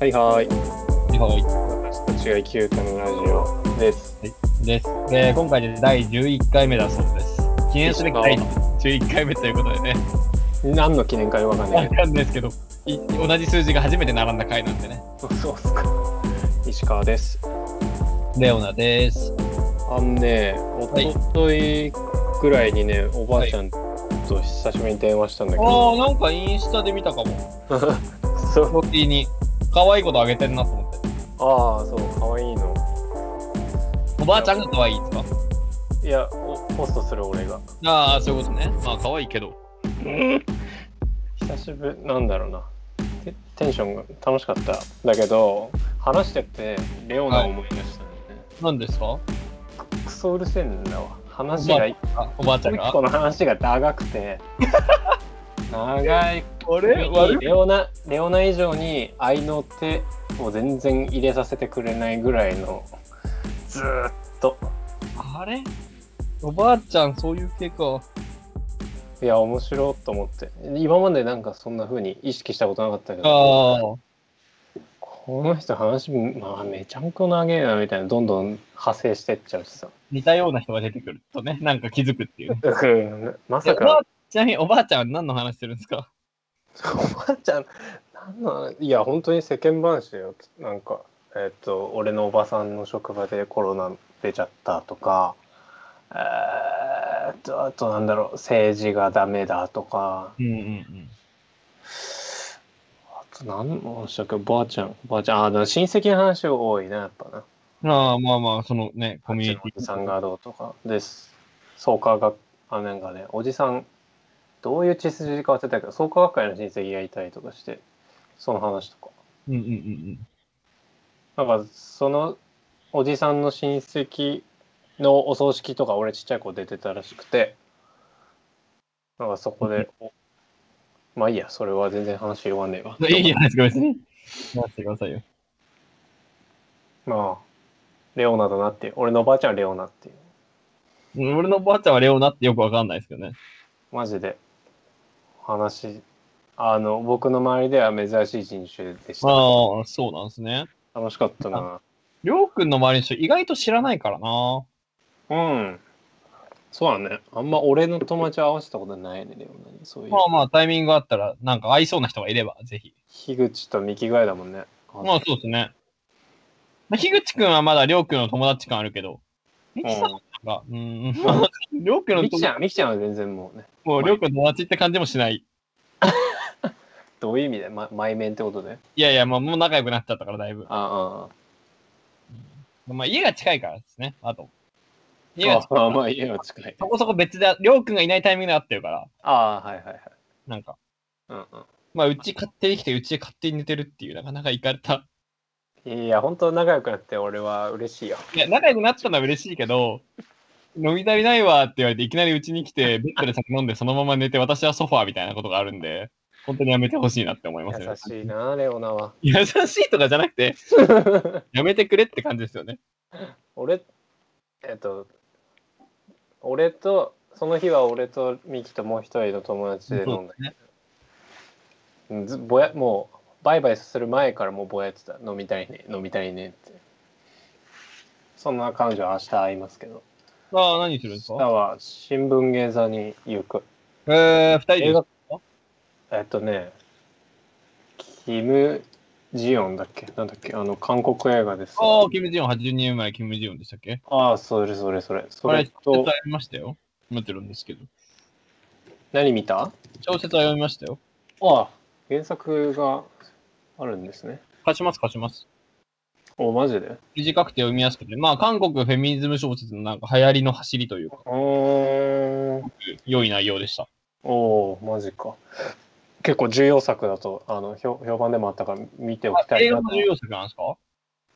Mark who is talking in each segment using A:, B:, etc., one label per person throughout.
A: はいはい。
B: は
A: 私たちが生きる歌のラジオです。
B: い。です。で、今回で第11回目だそうです。記念すべき第11回目ということでね、
A: 何の記念会わかんな
B: わ
A: い。
B: かんないですけど、い同じ数字が初めて並んだ回なんでね。
A: そうっすか。石川です。
B: レオナです。
A: あんね、お
B: い
A: とといぐらいにね、おばあちゃんと久しぶりに電話したんだけ
B: ああ、
A: ど、
B: なんかインスタで見たかも。
A: そう
B: ボティに。可愛いことあげてんなと思って。
A: ああ、そう、かわいいの。
B: おばあちゃんが可愛いとか。
A: いや、おホストする俺が。
B: ああ、そういうことね。まあ、可愛いけど。
A: 久しぶり、なんだろうな。テテンションが楽しかった。だけど、話してて、レオナを思い出したんだよね。
B: 何ですか
A: クソうるせえんだわ。話がい
B: あおばあちゃん
A: 一
B: が。
A: 個の話が長く て長い
B: あ
A: レオナレオナ以上に愛の手を全然入れさせてくれないぐらいのずーっと
B: あれおばあちゃん、そういう系か。
A: いや面白いと思って今までなんかそんな風に意識したことなかったけど
B: ああ。
A: この人話、まあ、めちゃんこ長えなみたいなどんどん派生してっちゃうしさ
B: 似たような人が出てくるとね、なんか気づくっていうね。
A: うんま
B: いや
A: さ
B: おば
A: か
B: あちなみにおばあちゃんは何の話してるんですか
A: おばあちゃんなんのいや本当に世間話だよなんかえっ、と俺のおばさんの職場でコロナ出ちゃったとかえーっとあとなんだろう政治がダメだとか
B: うんうんうん。
A: あと何もしたっけおばあちゃんおばあちゃんあでも親戚の話が多いなやっぱな
B: まあまあまあ、そのね、コ
A: う
B: ミ
A: ち
B: ュ
A: のお
B: ニテ
A: じ
B: ィ。
A: さんがどうとかです創価学あなんかねおじさんどういう血筋か忘れたけど創価学会の親戚がいたりとかしてその話とか
B: うんうんうん
A: なんかそのおじさんの親戚のお葬式とか俺ちっちゃい子出てたらしくてなんかそこで、おまあいいやそれは全然話広がんねえわ
B: うん。いいじゃないですか、別に。話してくださいよ。
A: まあレオナだなっていう俺のおばあちゃんはレオナっていう
B: うん俺のおばあちゃんはレオナってよくわかんないですけどね。
A: マジで話あの僕の周りでは珍しい人種でした
B: ああ、そうなんですね。
A: 楽しかったな
B: りょうくんの周りの人、意外と知らないからな。
A: うんそうだねあんま俺の友達は合わせたことないねレオナにそういう
B: まあまあ、タイミングがあったら、なんか合いそうな人がいれば、ぜひ。
A: 樋口と幹ぐらいだもんね
B: まあそうですね。まあ、樋口くんはまだりょうくんの友達感あるけど、みきさんが、うーん、まあ りょうくん
A: うん、
B: の
A: みき
B: 友
A: ち
B: 達、
A: ゃん、みきちゃんは全然もうね、
B: もうりょうくんの友達って感じもしない。
A: どういう意味で、ま、前面ってことで。
B: いやいや、まあもう仲良くなっちゃったから、だいぶ。
A: あ
B: まあ家が近いからですね、あと。
A: あ、
B: 家
A: あ
B: が
A: あ
B: 近い、
A: ああ、まあ、家は近い。
B: そこそこ別で、りょうくんがいないタイミングで会ってるから、
A: ああ、はいはいはい。
B: なんか、
A: うんうん
B: まあうち勝手に来て、うちで勝手に寝てるっていう、なかなかいかれた。
A: いや、本当仲良くなって俺は嬉しいよ。
B: いや、仲良くなったのは嬉しいけど、飲み足りないわって言われて、いきなりうちに来て、ベッドで酒飲んで、そのまま寝て、私はソファーみたいなことがあるんで、本当にやめてほしいなって思いますよ
A: 優
B: ね。
A: しいな、レオナは。
B: 優しいとかじゃなく て、やめてくれって感じですよね。
A: 俺、えっと、俺と、その日は俺とミキともう一人の友達で飲んだ
B: そうですね
A: けど、ずぼやもう、バイバイする前からもうぼやってた。飲みたいね、飲みたいねって。そんな彼女は明日会いますけど。
B: ああ、何するんです
A: 明
B: か
A: 日は新聞芸座に行く。
B: えー、二人で
A: 映画えっとね、キム・ジヨンだっけなんだっけあの、韓国映画です。
B: ああ、キム・ジヨン、82年前、キム・ジヨンでしたっけ
A: ああ、それそれそれ。そ
B: あれ、
A: れ
B: 小説
A: と
B: あ、りましたよ。持ってるんですけど。
A: 何見たあ
B: 小説は読みましたよ。
A: あ、原作があるんですね。
B: 貸します、貸します。
A: お、マジで
B: 短くて読みやすくて、まあ、韓国フェミニズム小説のなんか流行りの走りというか、
A: うーん。
B: 良い内容でした。
A: おー、マジか。結構重要作だと、あの、評評判でもあったから見ておきたい
B: 映
A: なと
B: 画も重要作なんですか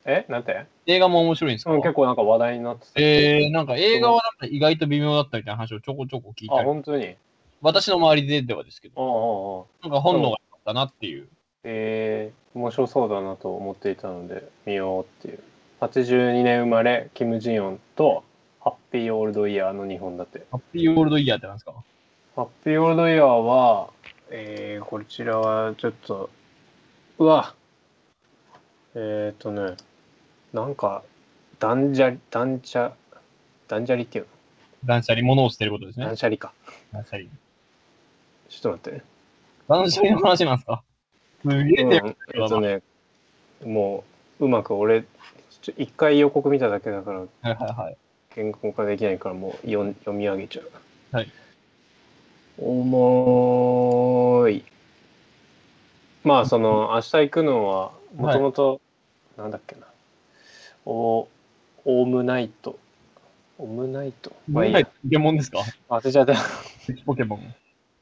A: えなんて
B: 映画も面白いんですか、
A: うん、結構なんか話題になってた。
B: えー、なんか映画はなんか意外と微妙だったみたいな話をちょこちょこ聞い
A: あ、
B: たり、
A: 本当に
B: 私の周りでではですけど、
A: ああ、ああ、ああ。
B: なんか本能があったなっていう。
A: えー、面白そうだなと思っていたので見ようっていう82年生まれキム・ジヨンとハッピーオールドイヤーの2本だって
B: ハッピーオールドイヤーってなんですか
A: ハッピーオールドイヤーは、えー、こちらはちょっとうわえっ、ー、とねなんかダンジャリダンチャダンジャリっていう
B: 断捨離、物を捨てることです
A: のダ
B: ね
A: ン。シャリか
B: 断捨離。
A: ちょっと待って
B: 断捨離の話なんですかすげえ手
A: うん、え
B: が
A: っ、とねもううまく俺ちょ一回予告見ただけだから
B: はいはいはい。
A: 言語化できないからもう読ん読み上げちゃう
B: はい
A: 重いまあその明日行くのはもともとなんだっけなおオウムナイトオウムナイトまあいいや
B: ポケモンですか
A: 忘れちゃった
B: ポケモン。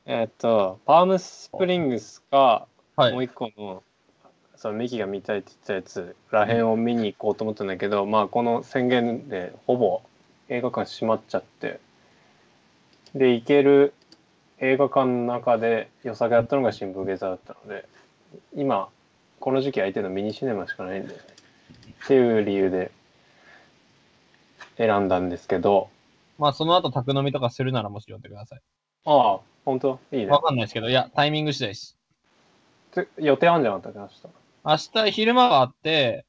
A: えっとパームスプリングスか
B: はい
A: もう。一個のそのミキが見たいって言ったやつらへんを見に行こうと思ったんだけど、まあこの宣言でほぼ映画館閉まっちゃってで行ける映画館の中で良さげだったのが新聞ゲザだったので今この時期空いてるのミニシネマしかないんだよねっていう理由で選んだんですけど
B: まあ、その後、宅飲みとかするならもちろん読んでください。
A: ああ本当いいね
B: わかんないですけど、いや、タイミング次第です。
A: て予定あんじゃなかったっけ
B: 明日、昼間があって、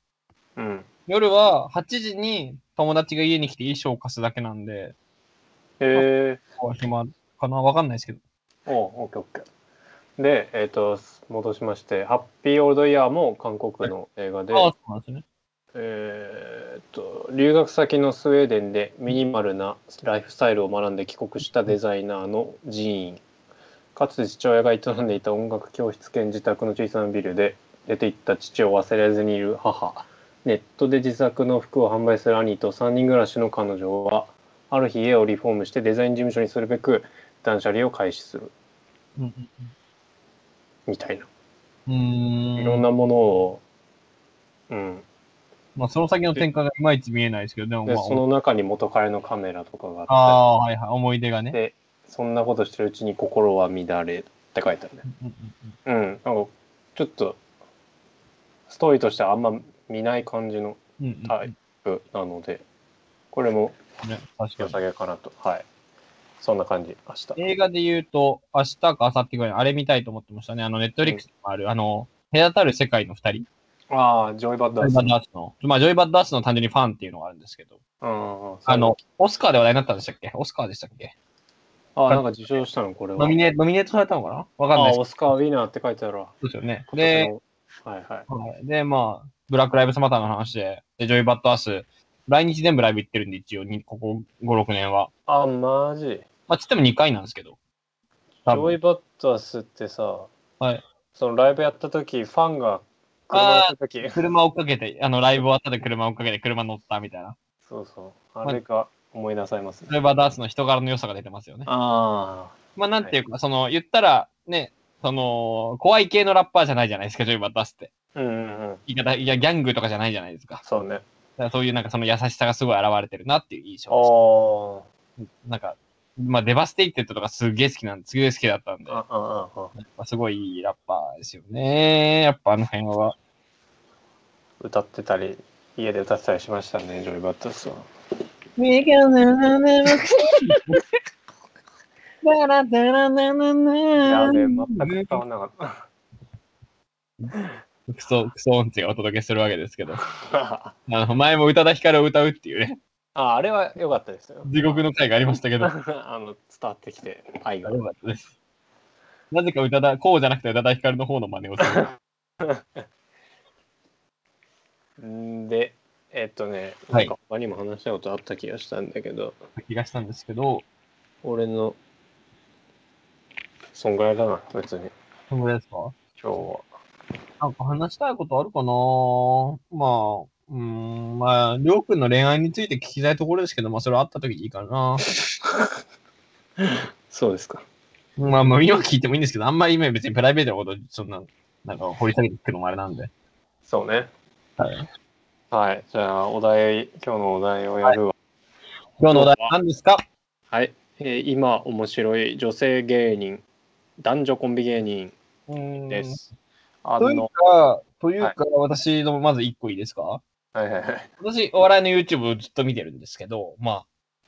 A: 明日うん
B: 夜は8時に友達が家に来て衣装を貸すだけなんで、
A: へえ
B: 暇かなわかんないですけど。
A: おオッケーオッケー。で、えっ、と、戻しまして、ハッピーオールドイヤーも韓国の映画で、
B: ああ、そうなんですね。
A: えっ、と、留学先のスウェーデンでミニマルなライフスタイルを学んで帰国したデザイナーの寺院。かつて父親が営んでいた音楽教室兼自宅の小さなビルで出て行った父を忘れずにいる母ネットで自作の服を販売する兄と3人暮らしの彼女はある日家をリフォームしてデザイン事務所にするべく断捨離を開始する
B: うん
A: みたいな
B: うんうん。うーん。
A: いろん。なものを、うん、
B: まあ、その先の展開がいまいち見えないですけど、でも
A: で
B: まあ、
A: その中に元彼のカメラとかがあ
B: あ
A: っ
B: あ、はいはい。思い出が
A: て
B: ね。
A: でそんなことしてるうちに心は乱れって書いてあるね
B: うんうんうん
A: うんなんかちょっとストーリーとしてはあんま見ない感じの
B: うんうんうん。
A: タイプなのでこれも
B: ね。確か
A: 良
B: に
A: さ。げかなとはいそんな感じ明日
B: 映画で言うと、明日か明後日ぐらいにあれ見たいと思ってましたね。あの、ネットリックスにもある、あの、隔たる世界の二人。ジ
A: ああジョイ・バッダ
B: ョ
A: ー
B: イ・
A: ス
B: バッダースの。まあ、ジョイ・バッダースの単純にファンっていうのがあるんですけど。
A: うん
B: あの、オスカーで話題になったんでしたっけオスカーでしたっけ
A: あなんか受賞したのこれは
B: ノミネノミネートされたのかなわかんない
A: あ
B: です
A: オスカー・ウィナーって書いてあるわ
B: そうですよね。で、
A: はいはい
B: はいで、まあ、ブラック・ライブスマターの話で、で、ジョイ・バッダース、来日全部ライブ行ってるんで、一応に、ここ5、6年は。
A: あマジ
B: まあ、つっても2回なんですけど。
A: ジ
B: 多分
A: ョイ・バッタースってさ、
B: はい
A: そのライブやった時ファンが車乗った時
B: 車を追っかけて、あの、ライブ終わったで車を追っかけて車乗ったみたいな。
A: そうそうあれが思い出されますね、
B: ジョイ・バッダースの人柄の良さが出てますよね。
A: あ
B: まあ、なんていうか、その、言ったら、ね、その、怖い系のラッパーじゃないじゃないですか、ジョイ・バッダースって。
A: あうんうんうん
B: 言い方、いや、ギャングとかじゃないじゃないですか。
A: そうね
B: だからそういうなんかその優しさがすごい現れてるなっていう印
A: ああ
B: 象です。なんか、まあ、デバステイテッドとかすげえ好きなんすげえ好きだったんで、
A: ああああ
B: やっぱすごいいいラッパーですよね。やっぱあの辺は。
A: 歌ってたり家で歌ってたりしましたねジョイ・バッタースはやべえ全く伝 わんなかっ
B: クソ、クソ音痴がお届けするわけですけど、
A: た
B: あの、前も宇多田ヒカルを歌うっていうね、
A: ああれは良かったですよ
B: 地獄の回がありましたけど、
A: あの伝わってきて愛が
B: よかったです。なぜか宇多田、こうじゃなくて宇多田ヒカルの方の真似をする。
A: んでえっとね
B: は
A: ないんか他にも話したことあった気がしたんだけど、
B: 気がしたんですけど、
A: 俺のそんぐらいだな別に
B: そのぐらいですか
A: 今日は
B: なんか話したいことあるかなまあ、うーん、まあ、りょうくんの恋愛について聞きたいところですけど、まあ、それはあった時でいいかな。
A: そうですか
B: まあ、まあ、今聞いてもいいんですけど、あんまり今別にプライベートのこと、そんな、なんか掘り下げていくのもあれなんで。
A: そうね
B: はい
A: はいじゃあお題今日のお題をやるわ
B: 今日のお題何ですか
A: はい、えー今面白い女性芸人男女コンビ芸人
B: うーん
A: です、あ
B: という
A: の
B: か、というか、私のまず一個いいですか
A: はいはいはい
B: 私、お笑いの YouTube をずっと見てるんですけど、まあ、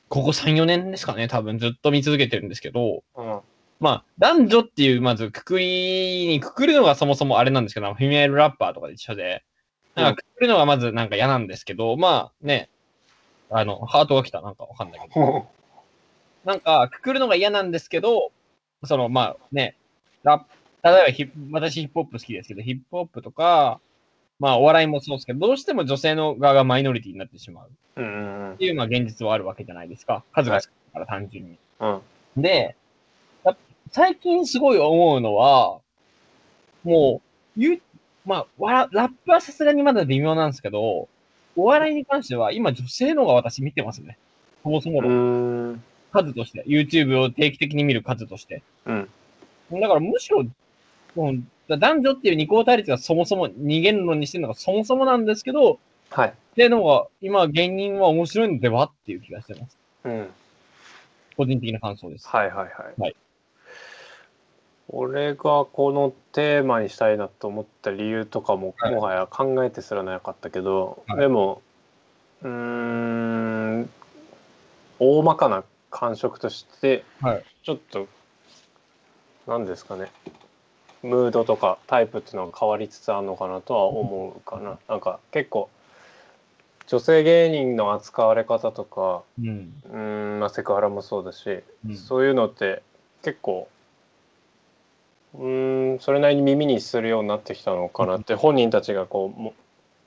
B: ここ3、4年ですかね、多分ずっと見続けてるんですけど、
A: うん
B: まあ、男女っていう、まず、くくりにくくるのがそもそもあれなんですけど、フィメールラッパーとかで一緒で、なんかくくるのはまずなんか嫌なんですけど、まあね、あの、ハートが来た、なんかわかんないけど。
A: ほ
B: なんか、くくるのが嫌なんですけど、その、まあね、ラッ例えばヒップ私ヒップホップ好きですけど、ヒップホップとか、まあお笑いもそうですけど、どうしても女性の側がマイノリティになってしまう
A: ううん
B: っていう、まあ現実はあるわけじゃないですか。数が少ないから単純に。
A: うん
B: で、や最近すごい思うのは、もう、ゆまあ、わらラップはさすがにまだ微妙なんですけど、お笑いに関しては今女性の方が私見てますね。そもそも
A: う
B: の
A: んうん
B: 数として、YouTube を定期的に見る数として。
A: うん
B: だからむしろ、うんだ男女っていう二項対立がそもそも二元論にしてるのがそもそもなんですけど、
A: はい
B: でのが今芸人は面白いのではっていう気がしてます。
A: うん
B: 個人的な感想です。
A: はいはいはい。
B: はい
A: 俺がこのテーマにしたいなと思った理由とかも、
B: はい
A: もはや考えてすらなかったけど、
B: はい
A: でもうーん大まかな感触として、
B: はい
A: ちょっと何ですかねムードとかタイプっていうのが変わりつつあるのかなとは思うかな。なんか結構女性芸人の扱われ方とか
B: うん。
A: うーん、まあ、セクハラもそうだし、
B: うん
A: そういうのって結構うーんそれなりに耳にするようになってきたのかなって本人たちがこうも、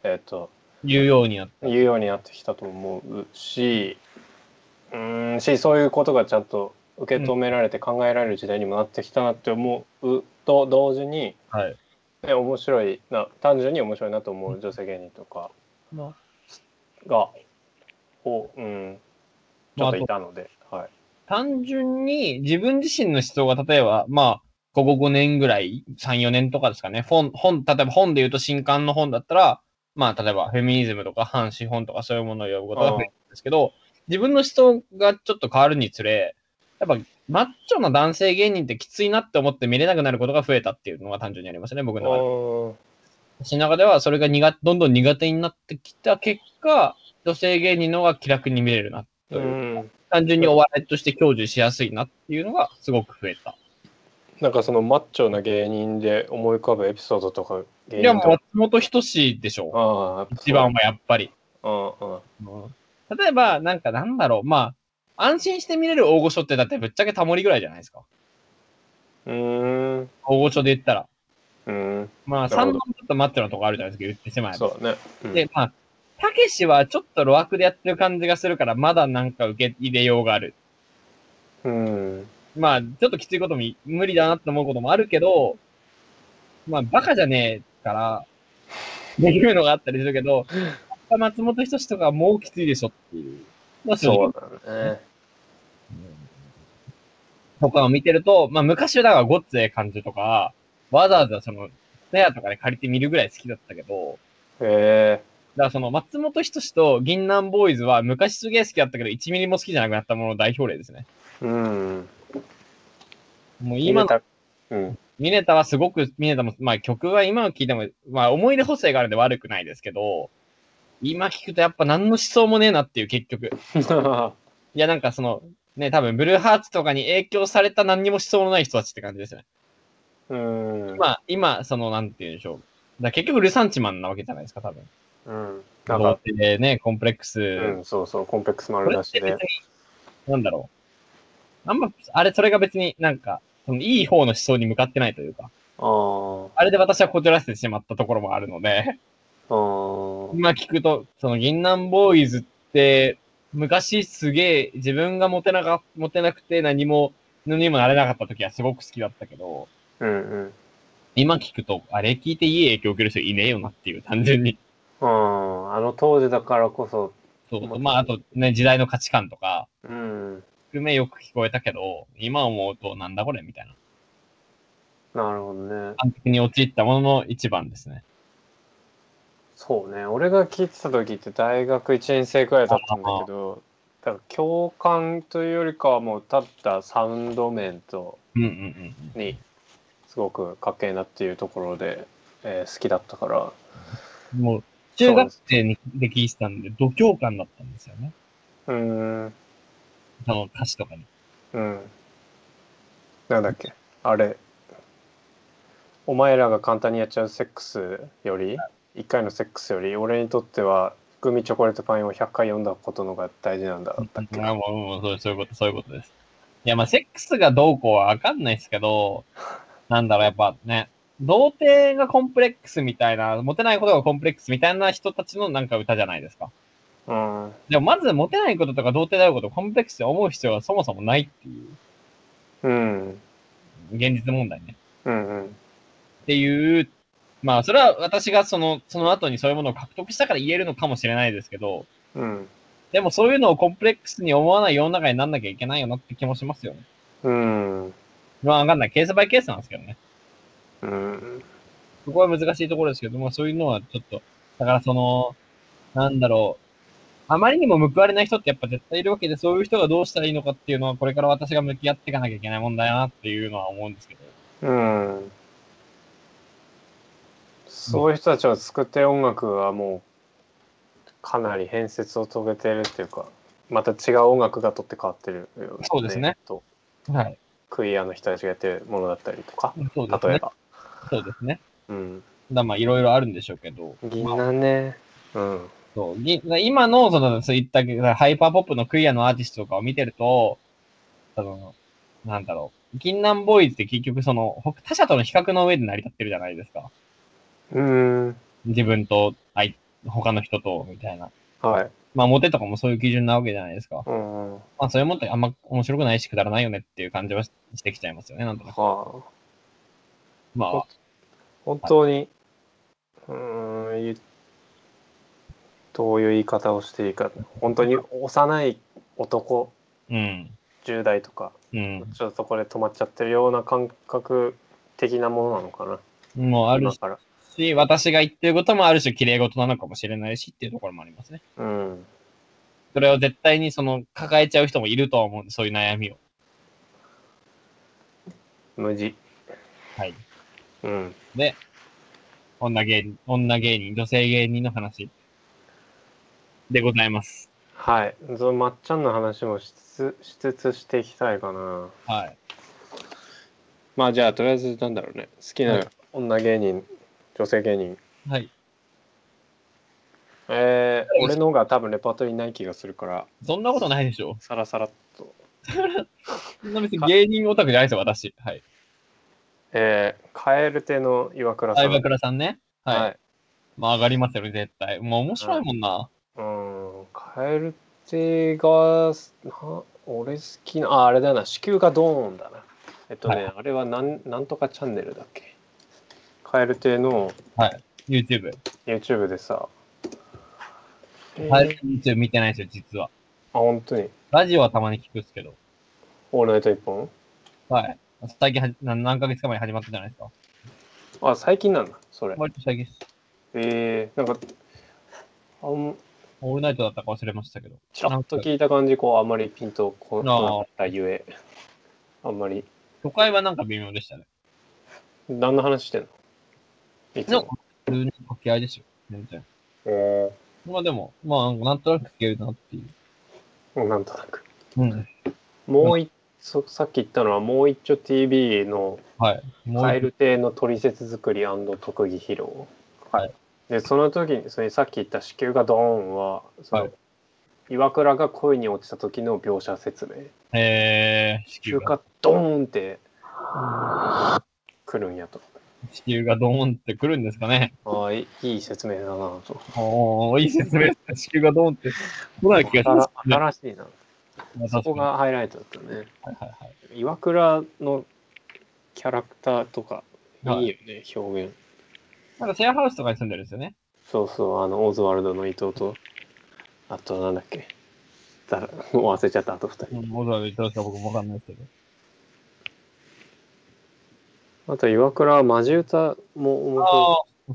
A: えー、と
B: 言うようになって。
A: 言うようになってきたと思うしうーんしそういうことがちゃんと受け止められて考えられる時代にもなってきたなって思うと同時に、
B: はい。
A: ね、面白いな単純に面白いなと思う女性芸人とか
B: ま
A: がを、うん、ちょ
B: あ
A: っと
B: と
A: いたので。はい
B: 単純に自分自身の思想が例えば、まあ、ここ5年ぐらい、3、4年とかですかね、本、本、例えば本で言うと新刊の本だったら、まあ、例えばフェミニズムとか反資本とかそういうものを呼ぶことが増えるんですけど、自分の思想がちょっと変わるにつれ、やっぱ、マッチョな男性芸人ってきついなって思って見れなくなることが増えたっていうのが単純にありますね、僕の中で。
A: うん
B: 私の中ではそれが苦どんどん苦手になってきた結果、女性芸人の方が気楽に見れるなという。
A: うん、
B: 単純にお笑いとして享受しやすいなっていうのがすごく増えた。
A: なんかそのマッチョな芸人で思い浮かぶエピソードとか芸
B: いや、
A: 人
B: もう
A: と
B: 松本人志でしょ
A: ああ
B: う。一番はやっぱり。
A: うんうん
B: 例えば、なんかなんだろう。まあ、安心して見れる大御所ってだってぶっちゃけタモリぐらいじゃないですか。
A: うーん
B: 大御所で言ったら。
A: うん
B: ま
A: な
B: あ、
A: るほ
B: 三
A: ど
B: 番ちょっと待ってのとこあるじゃないですか、言ってしまえば。
A: そうだね、うん、
B: で、まあ、たけしはちょっと露悪でやってる感じがするから、まだなんか受け入れようがある。
A: うん
B: まあ、ちょっときついこともい無理だなって思うこともあるけど、まあ、バカじゃねえから、できるのがあったりするけど、松本人志とかはもうきついでしょっていう。まあ、
A: そう
B: そ
A: だね
B: とかを見てると、まあ、昔はだからごっつええ感じとか、わざわざその、スタヤとかで借りて見るぐらい好きだったけど、
A: へえ
B: だからその松本人志と銀杏ボーイズは昔すげえ好きだったけど、1ミリも好きじゃなくなったものの代表例ですね。
A: うん
B: もう今
A: 入れ
B: の
A: たうん
B: ミネタはすごく、ミネタも、まあ曲は今聴いても、まあ思い出補正があるんで悪くないですけど、今聞くとやっぱ何の思想もねえなっていう結局。いやなんかその、ね、多分ブルーハーツとかに影響された何にも思想のない人たちって感じですね。
A: うん
B: まあ今、その、なんて言うんでしょう。だから結局ルサンチマンなわけじゃないですか、多分。
A: うんな
B: 童
A: んか
B: 貞でね、コンプレックス。
A: うんそうそうコンプレックス丸
B: それ
A: 出
B: っ
A: して
B: 別
A: で
B: に、なんだろう。あんま、あれ、それが別になんか、そのいい方の思想に向かってないというか、
A: あー
B: あれで私はこじらせてしまったところもあるので、
A: あー
B: 今聞くと、その銀杏ボーイズって、昔すげえ自分がモテなか、モテなくて何も、何にもなれなかった時はすごく好きだったけど、
A: うんうん
B: 今聞くと、あれ聞いていい影響を受ける人いねえよなっていう、単純に。
A: うんあの当時だからこそ
B: そう
A: まあ
B: まあ、あとね、時代の価値観とか、
A: うん
B: 含めよく聞こえたけど、今思うとなんだこれみたいな。
A: なるほどね
B: 感覚に陥ったものの一番ですね。
A: そうね俺が聞いてた時って大学1年生くらいだったんだけどだから共感というよりかはもうたったサウンド面と
B: うんうんうんうん。
A: にすごくかっけえなっていうところで、えー好きだったから
B: もう、中学生にで聞いてたんで、度胸感だったんですよね。
A: うーん
B: その歌詞とかに。
A: うんなんだっけあれお前らが簡単にやっちゃうセックスより1回のセックスより俺にとってはグミチョコレートパインを100回読んだことのが大事なんだったっけ
B: あもうもうそうそういうこと、そういうことです。いや、まあ、セックスがどうこうはわかんないです けど、なんだろう、やっぱね、童貞がコンプレックスみたいな、モテないことがコンプレックスみたいな人たちのなんか歌じゃないですか。
A: うん
B: でも、まずモテないこととか童貞であることをコンプレックスで思う必要はそもそもないっていう、
A: うん
B: 現実問題ね。
A: うんうん
B: っていう、まあ、それは私がその、その後にそういうものを獲得したから言えるのかもしれないですけど、
A: うん
B: でもそういうのをコンプレックスに思わない世の中になんなきゃいけないよなって気もしますよね。
A: うん
B: まあ、わかんない。ケースバイケースなんですけどね。
A: うん
B: そこは難しいところですけど、まあそういうのはちょっと、だからその、なんだろう。あまりにも報われない人ってやっぱ絶対いるわけで、そういう人がどうしたらいいのかっていうのは、これから私が向き合っていかなきゃいけない問題だなっていうのは思うんですけど。
A: うんそういう人たちを作ってる音楽はもうかなり変節を遂げてるっていうかまた違う音楽が取って変わってるよ、
B: そうですね
A: と
B: はい。
A: クイアの人たちがやってるものだったりとか
B: そうです
A: 例え
B: ね。
A: ば、
B: そうですね。
A: うん
B: だからまあいろいろあるんでしょうけど。
A: 銀杏ねうん
B: そうぎ今の、その、そういったハイパーポップのクイアのアーティストとかを見てると、その、なんだろう。銀杏ボーイズって結局その、ほ他者との比較の上で成り立ってるじゃないですか。
A: うん
B: 自分と、あい、他の人と、みたいな。
A: はい
B: まあ、モテとかもそういう基準なわけじゃないですか。
A: うんは
B: まあ、そういうもんってあんま面白くないし、くだらないよねっていう感じはししてきちゃいますよね、なんとなく。
A: あ
B: ま
A: 本当に、うーんいどういう言い方をしていいか本当に幼い男
B: あ、うん。
A: 10代とか
B: うん。
A: ちょっとそこで止まっちゃってるような感覚的なものなのかな
B: もうある
A: 今から
B: し、私が言ってることもある種、綺麗事なのかもしれないしっていうところもありますね。
A: うん
B: それを絶対に、その、抱えちゃう人もいるとは思うんで、そういう悩みを。
A: 無地
B: はい。
A: うん
B: 女芸人、女芸人、女性芸人の話でございます。
A: はいそのまっちゃんの話もしつつしつつしていきたいかな
B: はい。
A: まあじゃあとりあえずなんだろうね好き
B: は
A: ない女芸人女性芸人
B: はい。
A: えー、俺の方が多分レパートリーない気がするから
B: そんなことないでしょ。
A: さらさらっと
B: そんな別に芸人オタクじゃないですよ、私。はい。
A: えー、カエル亭の岩倉さん。
B: 相葉倉さんね。はい
A: はい。
B: まあ上がりますよね、絶対。もう面白いもんな。
A: うん、カエル亭が、な俺好きな、あ、あれだな、子宮がドーンだな。えっとね、
B: は
A: あれはなん、なんとかチャンネルだっけ。カエル亭の
B: YouTube。
A: YouTube でさ。えー
B: はい、YouTube 見てないですよ、実は。
A: あ、本当に。
B: ラジオはたまに聞くっすけど。
A: オールナイト一本
B: はい。最近はじな何ヶ月か前に始まったじゃないですか。
A: あ、最近なんだ、それ。
B: 割と最近です。
A: えー、なんか、あん
B: オールナイトだったか忘れましたけど。
A: ちらっと
B: なんか
A: 聞いた感じ、こう、あんまりピンとこなかったゆえ、あんまり。
B: 都会はなんか微妙でしたね。
A: 何の話してんのいつ
B: でも
A: も。、
B: 普通に掛け合いですよ。全然。
A: え
B: まあでも、まあなんとなく聞けるなっていう。
A: ー、なんとなく。
B: うん。
A: もうい、そさっき言ったのは、もう一丁 TV の
B: はい。もう
A: カエル亭の取説作り特技披露。
B: はい。
A: で、その時に、それさっき言った子宮がドーンは、その、
B: はい
A: 岩倉が恋に落ちた時の描写説明。
B: えー、地
A: 子
B: 球
A: 宮
B: が、
A: がドーンって来るんやと。
B: 地球がドーンってくるんですかね。
A: ああ、いいいい説明だなぁと。
B: おー、いい説明ですね。地球がドーンって来ない気がします
A: 新
B: ね。
A: しいな。そこがハイライトだったね。
B: はいはいはい。
A: 岩倉のキャラクターとか、いいよ
B: はい
A: ね、表現。
B: なんかシェアハウスとかに住んでるんですよね。
A: そうそう、あの、オズワルドの伊藤と、あと、なんだっけ。だらもう忘れちゃった、あと二
B: う
A: 人。
B: ん、オズワルド伊藤しか僕もわかんないですけど。
A: あと、岩倉はマジ歌も面
B: あ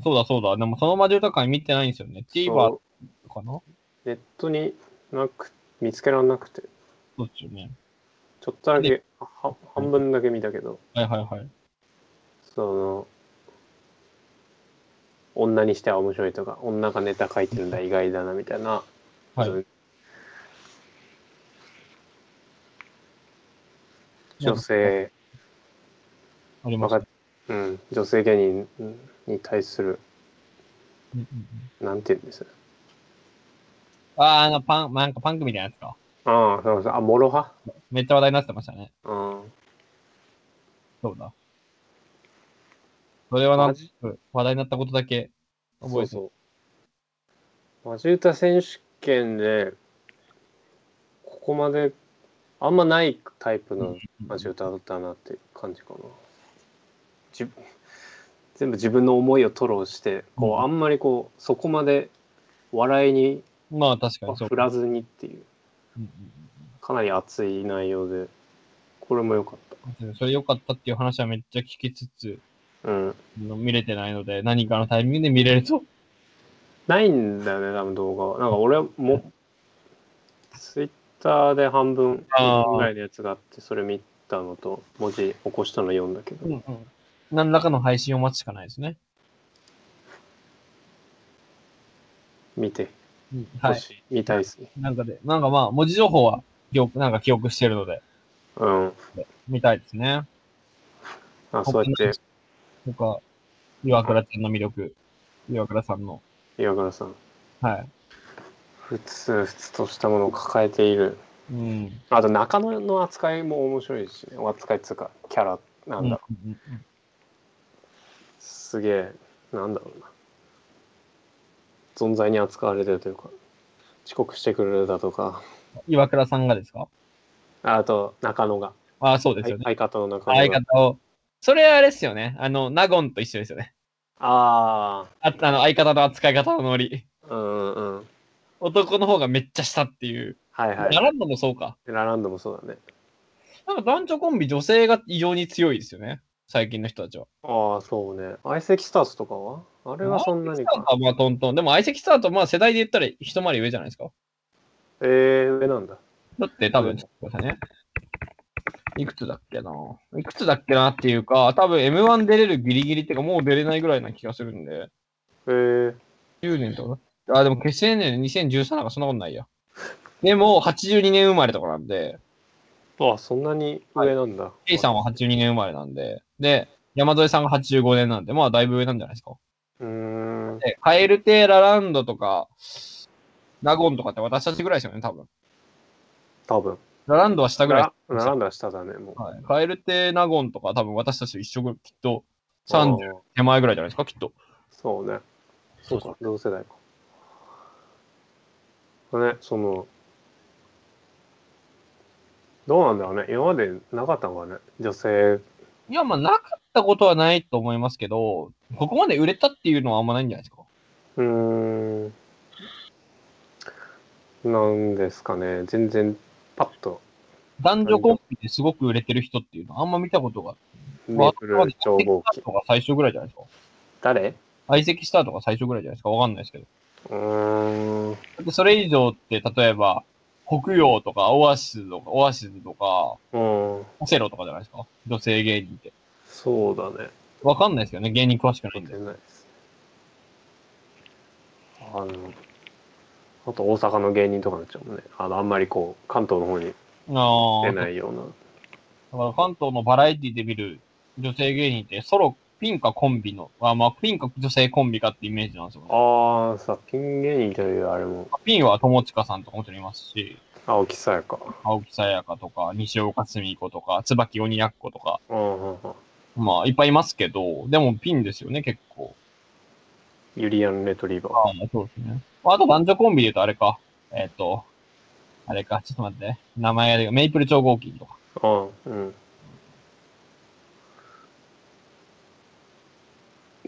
A: 白
B: あ、そうだそうだ。でもその魔女歌会見てないんですよね。
A: い。
B: TVer
A: そう
B: かな
A: ネットになく、見つけられなくて、
B: そうっすよね。
A: ちょっとだけ
B: で、
A: は半分だけ見たけど、
B: はいはいはい。
A: その、女にしては面白いとか、女がネタ書いてるんだ、意外だな、みたいな。
B: はい
A: そう女性、
B: ありま
A: わ
B: す
A: かっうん、女性芸人に対するなんて言うんです
B: ああ、あの、パン、なんかパンクみたいなやつか。
A: ああ、そうそう。あ、モロハ
B: めっちゃ話題になってましたね。
A: うん。
B: そうだ。それはなん
A: マ
B: と
A: ジ
B: なく話題になったことだけ覚えてる
A: そう。マジ歌選手権で、ここまであんまないタイプのマジ歌だったなって感じかな。じ全部自分の思いを吐露して、こう、
B: うん
A: あんまりこう、そこまで笑いに
B: まあ確かにそう
A: 振。らずにっていう、
B: うん
A: かなり熱い内容で、これも良かっ
B: うんうんそれ良かったっていう話はめっちゃ聞きつつ、
A: た。うん。
B: の見れてないので、何かのタイミングで見れると。
A: ないんだよね、多分動画は。なんか俺も、ツイッターで半分
B: あー
A: ぐらいのやつがあって、それ見たのと、文字起こしたの読んだけど。
B: 何らかの配信を待つしかないですね。
A: 見て
B: は
A: ほ
B: い。
A: しい。見たいですね。
B: なんかで、なんかまあ、文字情報は記憶、なんか記憶してるので、
A: うん。
B: 見たいですね。
A: あそうやって、
B: 他、岩倉ちゃんの魅力、岩倉さんの、
A: 岩倉さん、
B: は
A: ふつふつとしたものを抱えている。
B: い。うん。
A: あと、中野の扱いも面白いし、ね、扱いっつうか、キャラ、な
B: な
A: だ
B: ん
A: ろう。
B: うんうんうん
A: すげえ、なんだろうな。存在に扱われてるというか、遅刻してくるだとか、
B: 岩倉さんがですか
A: あと、中野が。
B: ああ、そうですよね。
A: 相方の中野が。
B: 相方を。それはあれですよね。あの、納言と一緒ですよね。
A: あ
B: ああの、相方の扱い方のノリ。
A: あ、うんうんうん。
B: 男の方がめっちゃ下っていう。
A: はいは
B: ラ
A: い。
B: ランドもそうか。
A: ラランドもそうだね。
B: なんか男女コンビ、女性が異常に強いですよね。最近の人たちは。
A: ああ、そうね。相席スターズとかはあれはそんなに
B: 相席スター
A: か。
B: トはまあトントン。でも相席スタートはまあ世代で言ったら一回り上じゃないですか。
A: えー、上なんだ。
B: だって多
A: うん
B: 分、ちょっと待ってくださいね。いくつだっけな。いくつだっけなっていうか、多分 M1 出れるギリギリっていうか、もう出れないぐらいな気がするんで。
A: えー、
B: 10年とか。あ、でも結成年2013なんかそんなことないや。でも、82年生まれとかなんで、
A: あそんなに上なんだ。
B: A さんは82年生まれなんで、で、山添さんが85年なんで、まあだいぶ上なんじゃないですか。
A: うーん。
B: で、カエルテーラランドとか、ラゴンとかって私たちぐらいですよね、多分。
A: 多分。
B: ラランドは下ぐらい。
A: ララランドは下だね、もう。
B: はい、カエルテーナゴンとか多分私たちと一緒ぐらい、きっと
A: あ
B: 30
A: ー
B: 手前ぐらいじゃないですか、きっと。
A: そうね。そう
B: そ
A: か、同世代か。ね、その、どうなんだろうね。今までなかったのかね。女性、
B: いや、まあなかったことはないと思いますけど、ここまで売れたっていうのはあんまないんじゃないですか。
A: うーん。なんですかね。全然、パッと
B: 男女コンビですごく売れてる人っていうのはあんま見たことが。
A: メープル超合
B: 相席
A: 金
B: スター。トが最初ぐらいじゃないですか。
A: 誰う
B: 相席スタートが最初ぐらいじゃないですか。わかんないですけど。
A: ーん。
B: でそれ以上って、例えば、北洋とか、オアシスとか、オアシスとか、
A: うん。
B: オセロとかじゃないですか。女性芸人って。
A: そうだね。
B: わかんないですよね。芸人詳しくないん
A: 出
B: で。
A: ないです。あの、あと大阪の芸人とかになっちゃうもんね。あの、あんまりこう、関東の方に
B: ああ。
A: 出
B: だか
A: ないような。
B: ら関東のバラエティで見る女性芸人って、ソロ、ピンかコンビの、あまあ、ピンか女性コンビかってイメージなんですよね。
A: ああ、さ、ピン芸人というあれも、
B: ピンは友近さんとかもちろんいますし、
A: 青木さやか。
B: 青木さやかとか、西岡澄子とか、椿鬼奴とか、
A: うんうんうん。
B: まあ、いっぱいいますけど、でもピンですよね、結構。
A: ユリアン・レトリーバー。
B: あそうですね。あと男女コンビで言うとあれか。えっ、と、あれか、ちょっと待ってね。名前が出てこないメイプル超合金とか。
A: ああ、うん。ほ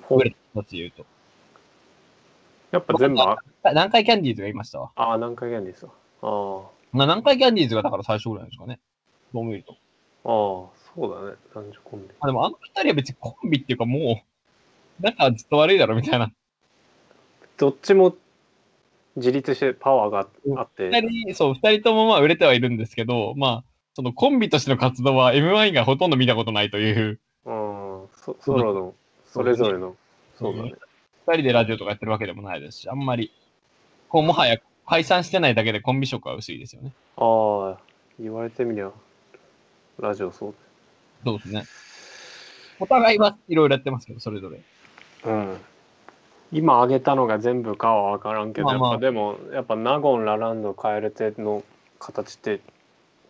B: これたちで言うと。
A: やっぱ全部、あ
B: あ南海キャンディーズがいましたわ。
A: あー、南海芸人ですわ。あ
B: まあ、南海キャンディーズがだから最初ぐらいですかね。どう見ると。
A: あ、ああ、そうだね。男女コンビ。
B: あでもあの二人は別にコンビっていうかもう、なんかずっと悪いだろみたいな。
A: どっちも自立してパワーがあって、
B: 二人、そう、二人ともまあ売れてはいるんですけど、まあ、そのコンビとしての活動は M1 以外ほとんど見たことないという。
A: うん、そソロの、それぞれの、そうだね。
B: 二人でラジオとかやってるわけでもないですし、あんまり、こう、もはや解散してないだけでコンビ色は薄いですよね。
A: ああ、言われてみりゃ、ラジオそう
B: そうですね。お互いはいろいろやってますけど、それぞれ。
A: だ。うん。今挙げたのが全部かは分からんけど、
B: まあまあ
A: やっぱでもやっぱナゴンラランドカエルテの形って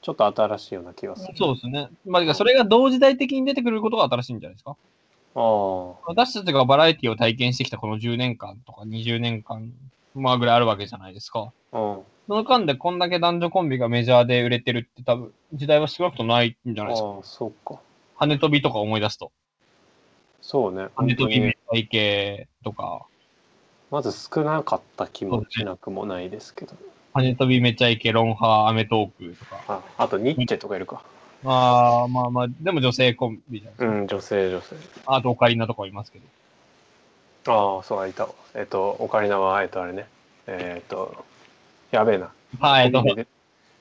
A: ちょっと新しいような気がする。
B: そうですね。まあ、てかそれが同時代的に出てくることが新しいんじゃないですか。
A: あ
B: 私たちがバラエティを体験してきたこの10年間とか20年間、まあぐらいあるわけじゃないですか。
A: あ、うん。
B: その間でこんだけ男女コンビがメジャーで売れてるって多分、時代は少なくともないんじゃ
A: あ
B: ないですか。
A: あ、そうか。
B: 羽飛びとか思い出すと。
A: そうね。
B: 羽
A: 本当
B: 飛
A: に
B: び明太系とか。
A: まず少なかった気もしなくもないですけど。
B: 羽飛びめちゃイケ、ロンハー、アメトークとか。
A: ああとニッチェとかいるか。
B: まあまあまあ、でも女性コンビじゃないで
A: う
B: すか。
A: ん、女性女性。
B: あとオカリナとかもいますけど。
A: ああ、そうだ、いたわ。えっと、オカリナは、えっと、あれね。えっと、やべえな。
B: はい、えっと、
A: コンビ
B: なん
A: 名
B: だ
A: で